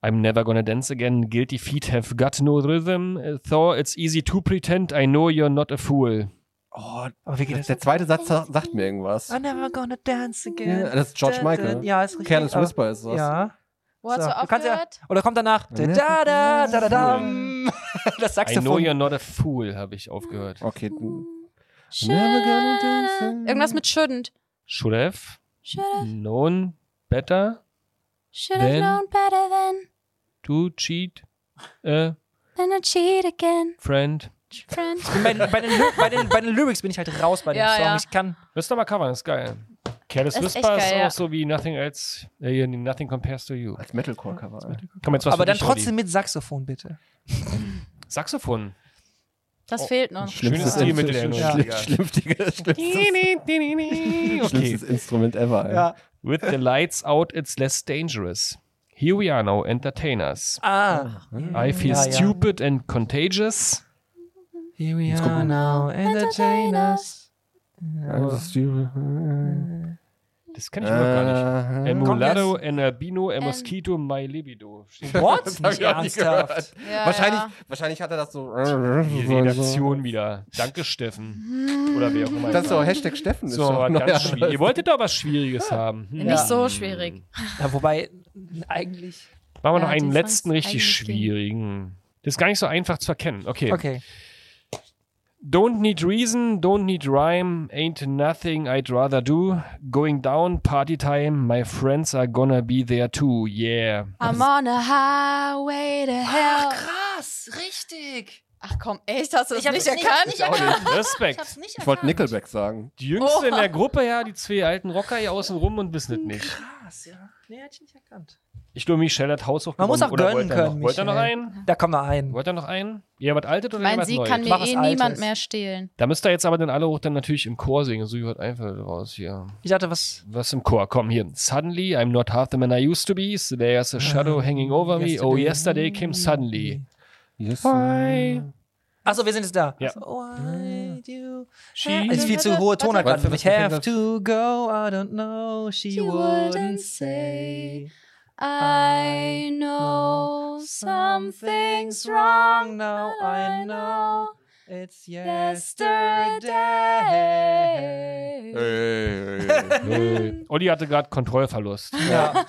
A: I'm never gonna dance again. Guilty feet have got no rhythm. Uh, Thor, it's easy to pretend. I know you're not a fool.
C: Oh,
F: Aber wie geht das? Ah,
C: der zweite Satz sa- sagt mir irgendwas.
F: I'm never gonna dance again.
C: Ja, das ist George
F: Da, da,
C: Michael.
F: Ja, ist richtig.
C: Careless
F: aber-
C: Whisper ist das.
F: Ja.
B: Wo hast
F: So,
B: du
F: du kannst ja-
B: aufgehört?
F: Oder kommt danach. Da, da, da, da, da, dam. Das
A: I know you're
F: Saxophon.
A: not a fool, habe ich aufgehört.
C: Okay. Never gonna dance
B: Schön.
C: again.
B: Irgendwas mit shouldn't.
A: Should have
B: Should have,
A: known better
B: should have
A: Then-
B: known better than,
A: to cheat a
B: than I cheat again,
A: friend.
B: friend.
F: Bei, den- bei, den, Ly- bei, den, bei den Lyrics bin ich halt raus bei dem
B: Ja,
F: Song.
B: ja.
F: Ich kann.
A: Müsst ihr mal covern, ist geil. Careless
B: Ist echt
A: Whisper ist
B: geil,
A: auch
B: ja.
A: so wie Nothing Else, äh, Nothing Compares to You.
C: Als Metalcore-Cover.
A: Komm, jetzt was
F: Aber
A: für
F: dann
A: dich, Olli.
F: trotzdem mit Saxophon, bitte.
A: Saxophon.
B: Das fehlt noch.
C: Oh,
A: Schönes Stilmittel der
C: Schlimmstes,
A: Ja.
C: schlimm- schlimmstiges- schlimmstes,
A: Okay.
C: schlimmstes Instrument ever. ey.
A: With the lights out, it's less dangerous. Here we are now, entertainers.
F: Ah.
A: I feel
F: Ja, ja.
A: stupid and contagious.
F: Here we
C: Jetzt guck
F: are
C: mal.
F: now, entertain us.
C: Ja, das ist die-
A: Das kann ich mir noch gar nicht.
C: Aha.
F: Äh,
A: El mulatto,
F: Kommt
A: an albino,
F: Ähm.
A: a mosquito, my libido. Steht
C: hab
F: What? Nicht
C: ich auch nicht
F: ernsthaft.
B: Ja,
C: wahrscheinlich, wahrscheinlich hat er das so.
A: Die Redaktion wieder. Danke, Steffen. Oder wer auch immer.
C: Das ist so Hashtag Steffen. Ist
A: so,
C: doch
A: was
C: neu.
A: ganz schwierig. Ihr wolltet doch was Schwieriges haben. Hm.
B: Nicht so schwierig.
F: Ja, wobei, eigentlich.
A: Machen wir
B: Ja,
A: noch einen
B: die
A: letzten
B: Songs
A: richtig
B: eigentlich gehen.
A: schwierigen. Das ist gar nicht so einfach zu erkennen. Okay.
F: Okay.
A: Don't need reason, don't need rhyme, ain't nothing I'd rather do. Going down, party time, my friends are gonna be there too, yeah.
B: I'm on a highway to hell.
F: Krass, richtig.
B: Ach komm, echt, hast du das
F: Ich hab
B: nicht
F: das nicht-
B: erkannt?
C: Ich auch nicht.
A: Respekt.
B: nicht
C: Ich wollte Nickelback sagen.
A: Die Jüngste in der Gruppe, ja, die zwei alten Rocker hier außen rum und wissen es nicht.
F: Krass, ja. Nee, hätte ich nicht erkannt.
A: Ich glaube, Michelle hat Hausaufgaben.
F: Man muss auch
A: oder
F: gönnen
A: wollt ihr
F: können.
A: Noch, wollt ihr noch
F: Michael.
A: einen?
F: Da kommen wir ein.
A: Wollt ihr noch einen? Ihr was altet oder
B: Mein
A: jemand
B: Sieg
A: Neues?
B: kann mir
F: Mach was
B: eh
F: Altes.
B: niemand mehr stehlen.
A: Da müsst ihr jetzt aber dann alle hoch dann natürlich im Chor singen. So wird einfach raus hier.
F: Ich dachte, was.
A: Was im Chor? Komm hier. Suddenly, I'm not half the man I used to be. So there's a shadow hanging over me. Oh, yesterday came suddenly.
C: Yes.
A: Hi.
F: Achso, wir sind jetzt da.
A: Ja.
F: So, why do-
A: She-
F: Ist viel zu hohe Tonart
C: Warte,
F: gerade für mich.
C: warte,
F: Have
C: warte.
F: to go, I don't know, she,
B: She
F: wouldn't
B: wouldn't
F: say.
B: I know something's wrong,
F: now,
B: but
F: I know. It's yesterday.
B: yesterday.
A: Äh, Olli hatte gerade Kontrollverlust.
F: Ja.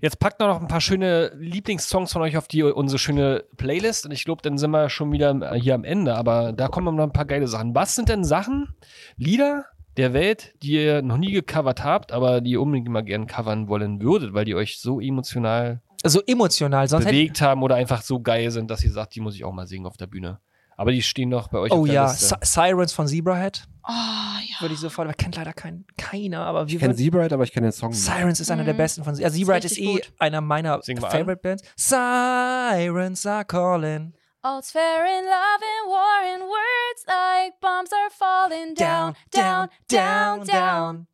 A: Jetzt packt noch ein paar schöne Lieblingssongs von euch auf die unsere schöne Playlist und ich glaube, dann sind wir schon wieder äh, hier am Ende, aber da kommen noch ein paar geile Sachen. Was sind denn Sachen, Lieder der Welt, die ihr noch nie gecovert habt, aber die ihr unbedingt mal gern covern wollen würdet, weil die euch so emotional
F: so Also emotional, sonst hätte
A: bewegt haben oder einfach so geil sind, dass ihr sagt, die muss ich auch mal singen auf der Bühne. Aber die stehen noch bei euch
F: Oh
A: auf der
F: ja,
A: Liste.
F: Si- Sirens von Zebrahead
B: Oh ja.
F: würde ich sofort, aber kennt leider kein, keiner, aber wir
C: Ich kenne
F: würden-
C: Zebrahead, aber ich kenne den Song nicht.
F: Sirens ist einer der
B: Mhm.
F: besten von Ja,
B: Ist
F: Zebrahead ist, eh
B: richtig gut.
F: einer meiner
A: Sing mal an.
F: Favorite Bands. Sirens are calling.
B: All's fair in love and war in words like bombs are falling down, down, down, down.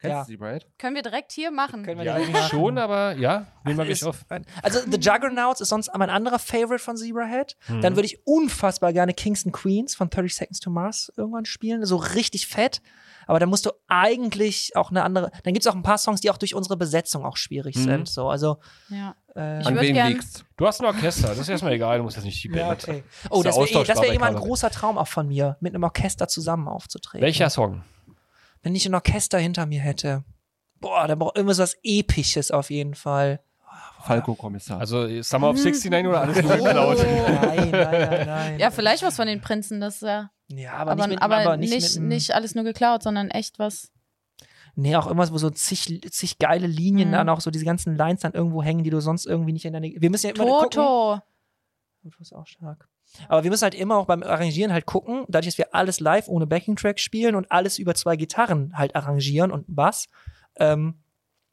C: Kennst
F: Ja.
C: du Zebrahead?
B: Können wir direkt hier machen.
F: Können wir
A: Ja,
F: direkt
A: eigentlich
F: machen.
A: schon, aber ja, nehmen wir gleich
F: Ist-
A: auf.
F: Also The Juggernauts ist sonst mein anderer Favorite von Zebrahead.
A: Mhm.
F: Dann würde ich unfassbar gerne Kingston Queens von 30 Seconds to Mars irgendwann spielen. So richtig fett. Aber da musst du eigentlich auch eine andere. Dann gibt es auch ein paar Songs, die auch durch unsere Besetzung auch schwierig
A: Mhm.
F: sind. So, also.
B: Ja.
F: Äh,
B: Ich
C: An
B: würd
C: wem
B: gern-
C: liegst?
A: Du hast ein Orchester, das ist erstmal egal, du musst jetzt nicht die Band.
F: ja,
C: Ist ja
F: okay. Oh, das wäre eh, das
C: austauschbar bei
F: wär eh mal ein
C: Karneval.
F: großer Traum auch von mir, mit einem Orchester zusammen aufzutreten.
A: Welcher Song?
F: Wenn ich ein Orchester hinter mir hätte. Boah, da braucht immer so was Episches auf jeden Fall.
C: Falco-Kommissar.
A: Also äh, Summer of
F: Mhm.
A: 69 oder alles nur
F: Oh,
A: geklaut?
F: nein, nein, nein, nein.
B: ja, vielleicht was von den Prinzen, das ist ja.
F: Ja,
B: Aber,
F: aber,
B: aber,
F: nicht, mit, aber nicht,
B: nicht,
F: mit, einem-
B: nicht alles nur geklaut, sondern echt was.
F: Nee, auch immer, wo so zig, zig geile Linien
B: Mhm.
F: dann auch so diese ganzen Lines dann irgendwo hängen, die du sonst irgendwie nicht in deine. Wir müssen ja immer gucken.
B: Toto.
F: Toto ist auch stark. Aber wir müssen halt immer auch beim Arrangieren halt gucken, dadurch, dass wir alles live ohne Backing-Track spielen und alles über zwei Gitarren halt arrangieren und einen Bass. Ähm,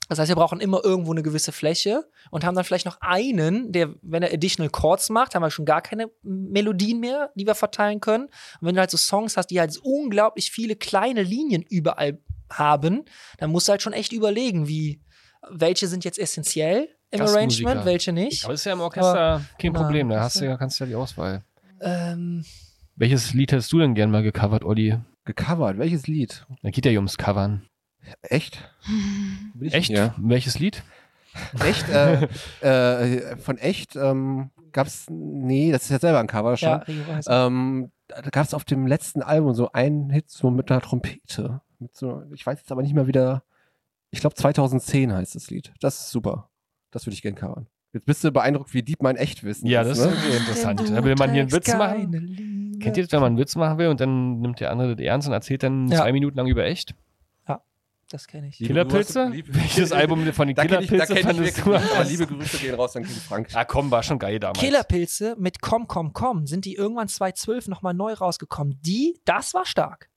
F: das heißt, wir brauchen immer irgendwo eine gewisse Fläche und haben dann vielleicht noch einen, der, wenn er Additional Chords macht, haben wir schon gar keine Melodien mehr, die wir verteilen können. Und wenn du halt so Songs hast, die halt so unglaublich viele kleine Linien überall haben, dann musst du halt schon echt überlegen, wie, welche sind jetzt essentiell im
A: Gastmusiker.
F: Arrangement, welche nicht.
A: Aber ist ja im Orchester kein
F: na,
A: Problem, da hast
F: genau, das
A: du
F: ist-
A: ja, kannst du ja die Auswahl.
F: Ähm,
A: Welches Lied hättest du denn gern mal gecovert, Olli?
C: Gecovert, welches Lied?
A: Da geht ja hier ums Covern.
C: Echt? Bin ich-
A: Echt?
C: Ja.
A: Welches Lied?
C: Echt? äh, äh, von echt ähm, gab's. Nee, das ist ja selber ein Cover schon.
F: ja, Rio Reiser.
C: Ähm, da gab es auf dem letzten Album so einen Hit so mit einer Trompete. Mit so, ich weiß jetzt aber nicht mehr wieder. Ich glaube 2010 heißt das Lied. Das ist super. Das würde ich gern covern. Jetzt bist du beeindruckt, wie deep mein Echtwissen
A: Ja,
C: ist.
A: das ist
C: ne?
A: irgendwie interessant.
F: Denn du
A: Da will man hier einen
F: trägst
A: Witz machen.
F: keine Liebe.
A: Kennt ihr das, wenn man einen Witz machen will und dann nimmt der andere das ernst und erzählt dann
F: Ja.
A: zwei Minuten lang über echt?
F: Das kenne ich.
C: Liebe
A: Killerpilze?
C: Grüße, liebe-
A: Welches Album von den
C: Da kenne ich, da
A: Killerpilzen
C: kenn ich
A: fandest
C: wirklich
A: du?
C: nicht, aber liebe Grüße gehen raus an King Frank.
A: Ah komm, war schon geil damals.
F: Killerpilze mit Komm, Komm, Komm sind die irgendwann 2012 nochmal neu rausgekommen. Die, das war stark.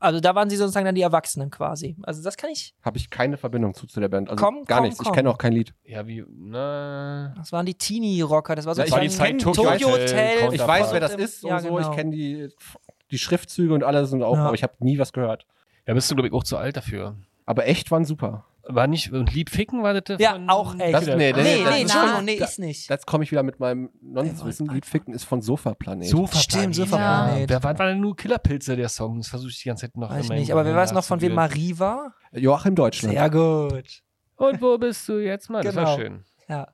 F: Also da waren sie sozusagen dann die Erwachsenen quasi. Also das kann ich,
C: Habe ich keine Verbindung zu, zu der Band. Also
F: Komm,
C: gar
F: komm,
C: nichts.
F: komm.
C: Ich kenne auch kein Lied.
A: Ja, wie, na...
F: das waren die Teenie-Rocker. Das war
C: Ja, ich
F: sozusagen
C: war die Zeit
F: Tokyo
C: Tokyo
F: Hotel.
A: Hotel, Countdown.
C: Ich
A: Wunderbar.
C: weiß, wer das ist und
F: Ja,
C: so.
F: genau.
C: Ich kenne die, die Schriftzüge und alles und auch,
F: Ja.
C: aber ich habe nie was gehört.
A: Ja, bist du, glaube ich, auch zu alt dafür.
C: Aber echt waren super.
A: War nicht, und lieb ficken war das
F: Ja,
A: von-
F: auch echt.
C: Das- nee,
F: Nee, nee,
C: das-
F: Entschuldigung, nee, ist nicht.
C: Jetzt komme ich wieder mit meinem Nonsenswissen. Liedficken ist von Sofa-Planet.
A: Sofa
F: Stimmt,
A: Ja.
F: Sofaplanet.
A: Wer war, war denn nur Killerpilze, der Song? Das versuche ich die ganze Zeit noch.
F: Weiß ich
A: in meinem
F: nicht, aber wer
A: Gehirn
F: weiß noch, von wem
A: nachzubilden.
F: Marie war?
C: Joachim Deutschland.
F: Sehr gut.
A: Und wo bist du jetzt mal? Das war
F: Genau.
A: schön.
F: Ja.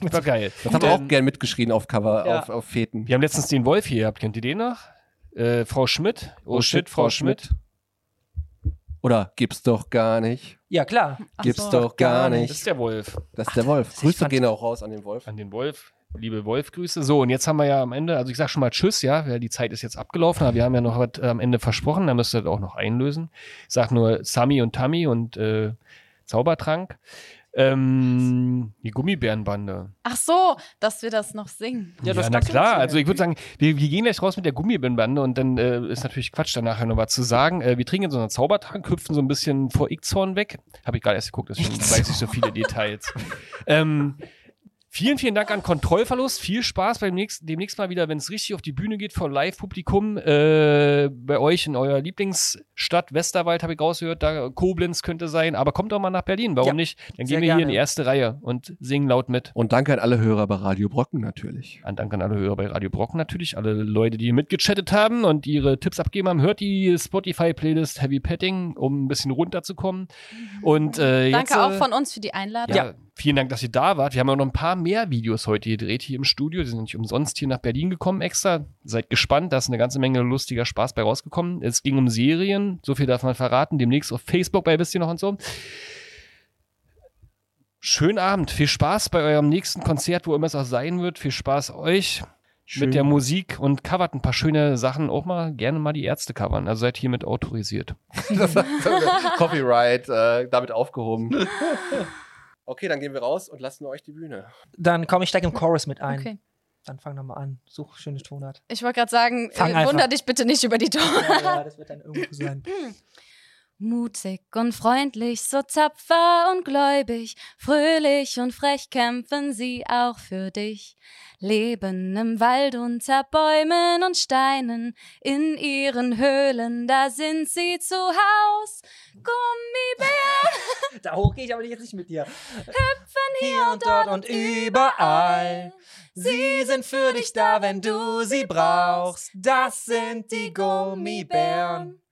A: Das war geil.
C: Das haben wir
A: Ähm,
C: auch gern mitgeschrien auf Cover,
F: Ja.
C: auf, auf Feten.
A: Wir haben letztens den Wolf hier gehabt. Kennt ihr den noch? Äh, Frau Schmidt. Oh, shit, Frau Schmidt.
C: Oder gibt's doch gar nicht.
F: Ja, klar.
B: Ach
C: Gibt's
B: so.
C: doch gar
A: Das
C: nicht.
A: ist der Wolf.
C: Das ist der Wolf.
F: ich
C: Grüße
F: fand-
C: gehen auch raus an den Wolf.
A: An den Wolf. Liebe Wolfgrüße. So, und jetzt haben wir ja am Ende, also ich sag schon mal Tschüss, ja, weil die Zeit ist jetzt abgelaufen, aber wir haben ja noch was äh, am Ende versprochen, da müsst ihr das auch noch einlösen. Ich sag nur Sami und Tammy und äh, Zaubertrank. Ähm, die Gummibärenbande.
B: Ach so, dass wir das noch singen.
A: Ja,
F: Ja, das
A: na
F: kannst du
A: klar.
F: erzählen.
A: Also ich würde sagen, wir, wir gehen gleich raus mit der Gummibärenbande und dann äh, ist natürlich Quatsch, danach ja noch was zu sagen. Äh, wir trinken jetzt unseren Zaubertrank, hüpfen so ein bisschen vor Ixhorn weg. Habe ich gerade erst geguckt, deswegen weiß ich so viele Details. ähm, vielen, vielen Dank an Kontrollverlust. Viel Spaß beim nächsten, demnächst mal wieder, wenn es richtig auf die Bühne geht, vor Live-Publikum. Äh, bei euch in eurer Lieblingsstadt Westerwald habe ich rausgehört, da Koblenz könnte sein. Aber kommt doch mal nach Berlin, warum
F: Ja,
A: nicht? Dann
F: sehr
A: gehen wir hier in
F: gerne.
A: die erste Reihe und singen laut mit.
C: Und danke an alle Hörer bei Radio Brocken natürlich.
A: An Dank an alle Hörer bei Radio Brocken natürlich, alle Leute, die hier mitgechattet haben und ihre Tipps abgegeben haben. Hört die Spotify-Playlist Heavy Petting, um ein bisschen runterzukommen. Und äh, jetzt,
B: Danke
A: äh,
B: auch von uns für die Einladung.
A: ja, vielen Dank, dass ihr da wart. Wir haben ja noch ein paar mehr Videos heute gedreht hier im Studio. Die sind nicht umsonst hier nach Berlin gekommen extra. Seid gespannt, da ist eine ganze Menge lustiger Spaß bei rausgekommen. Es ging um Serien, so viel darf man verraten. Demnächst auf Facebook bei Wisst ihr noch und so. Schönen Abend, viel Spaß bei eurem nächsten Konzert, wo immer es auch sein wird. Viel Spaß euch mit der Musik und covert ein paar schöne Sachen auch mal. Gerne mal die Ärzte covern. Also seid hiermit autorisiert.
C: Das hat so eine Copyright äh, damit aufgehoben. Okay, dann gehen wir raus und lassen euch die Bühne.
F: Dann komme ich steig im Chorus mit ein.
B: Okay.
F: Dann fang nochmal an. Such schöne Tonart.
G: Ich wollte gerade sagen,
F: Fang
G: äh,
F: einfach.
G: wunder dich bitte nicht über die Tonart.
F: Ja, ja, das wird dann irgendwo sein.
B: Mutig und freundlich, so tapfer und gläubig, fröhlich und frech kämpfen sie auch für dich. Leben im Wald unter Bäumen und Steinen, in ihren Höhlen, da sind sie zu Haus. Gummibären
F: Da hoch gehe ich aber jetzt nicht mit dir.
B: hier und dort und überall.
F: Sie sind für dich da, wenn du sie brauchst. Das sind die Gummibären.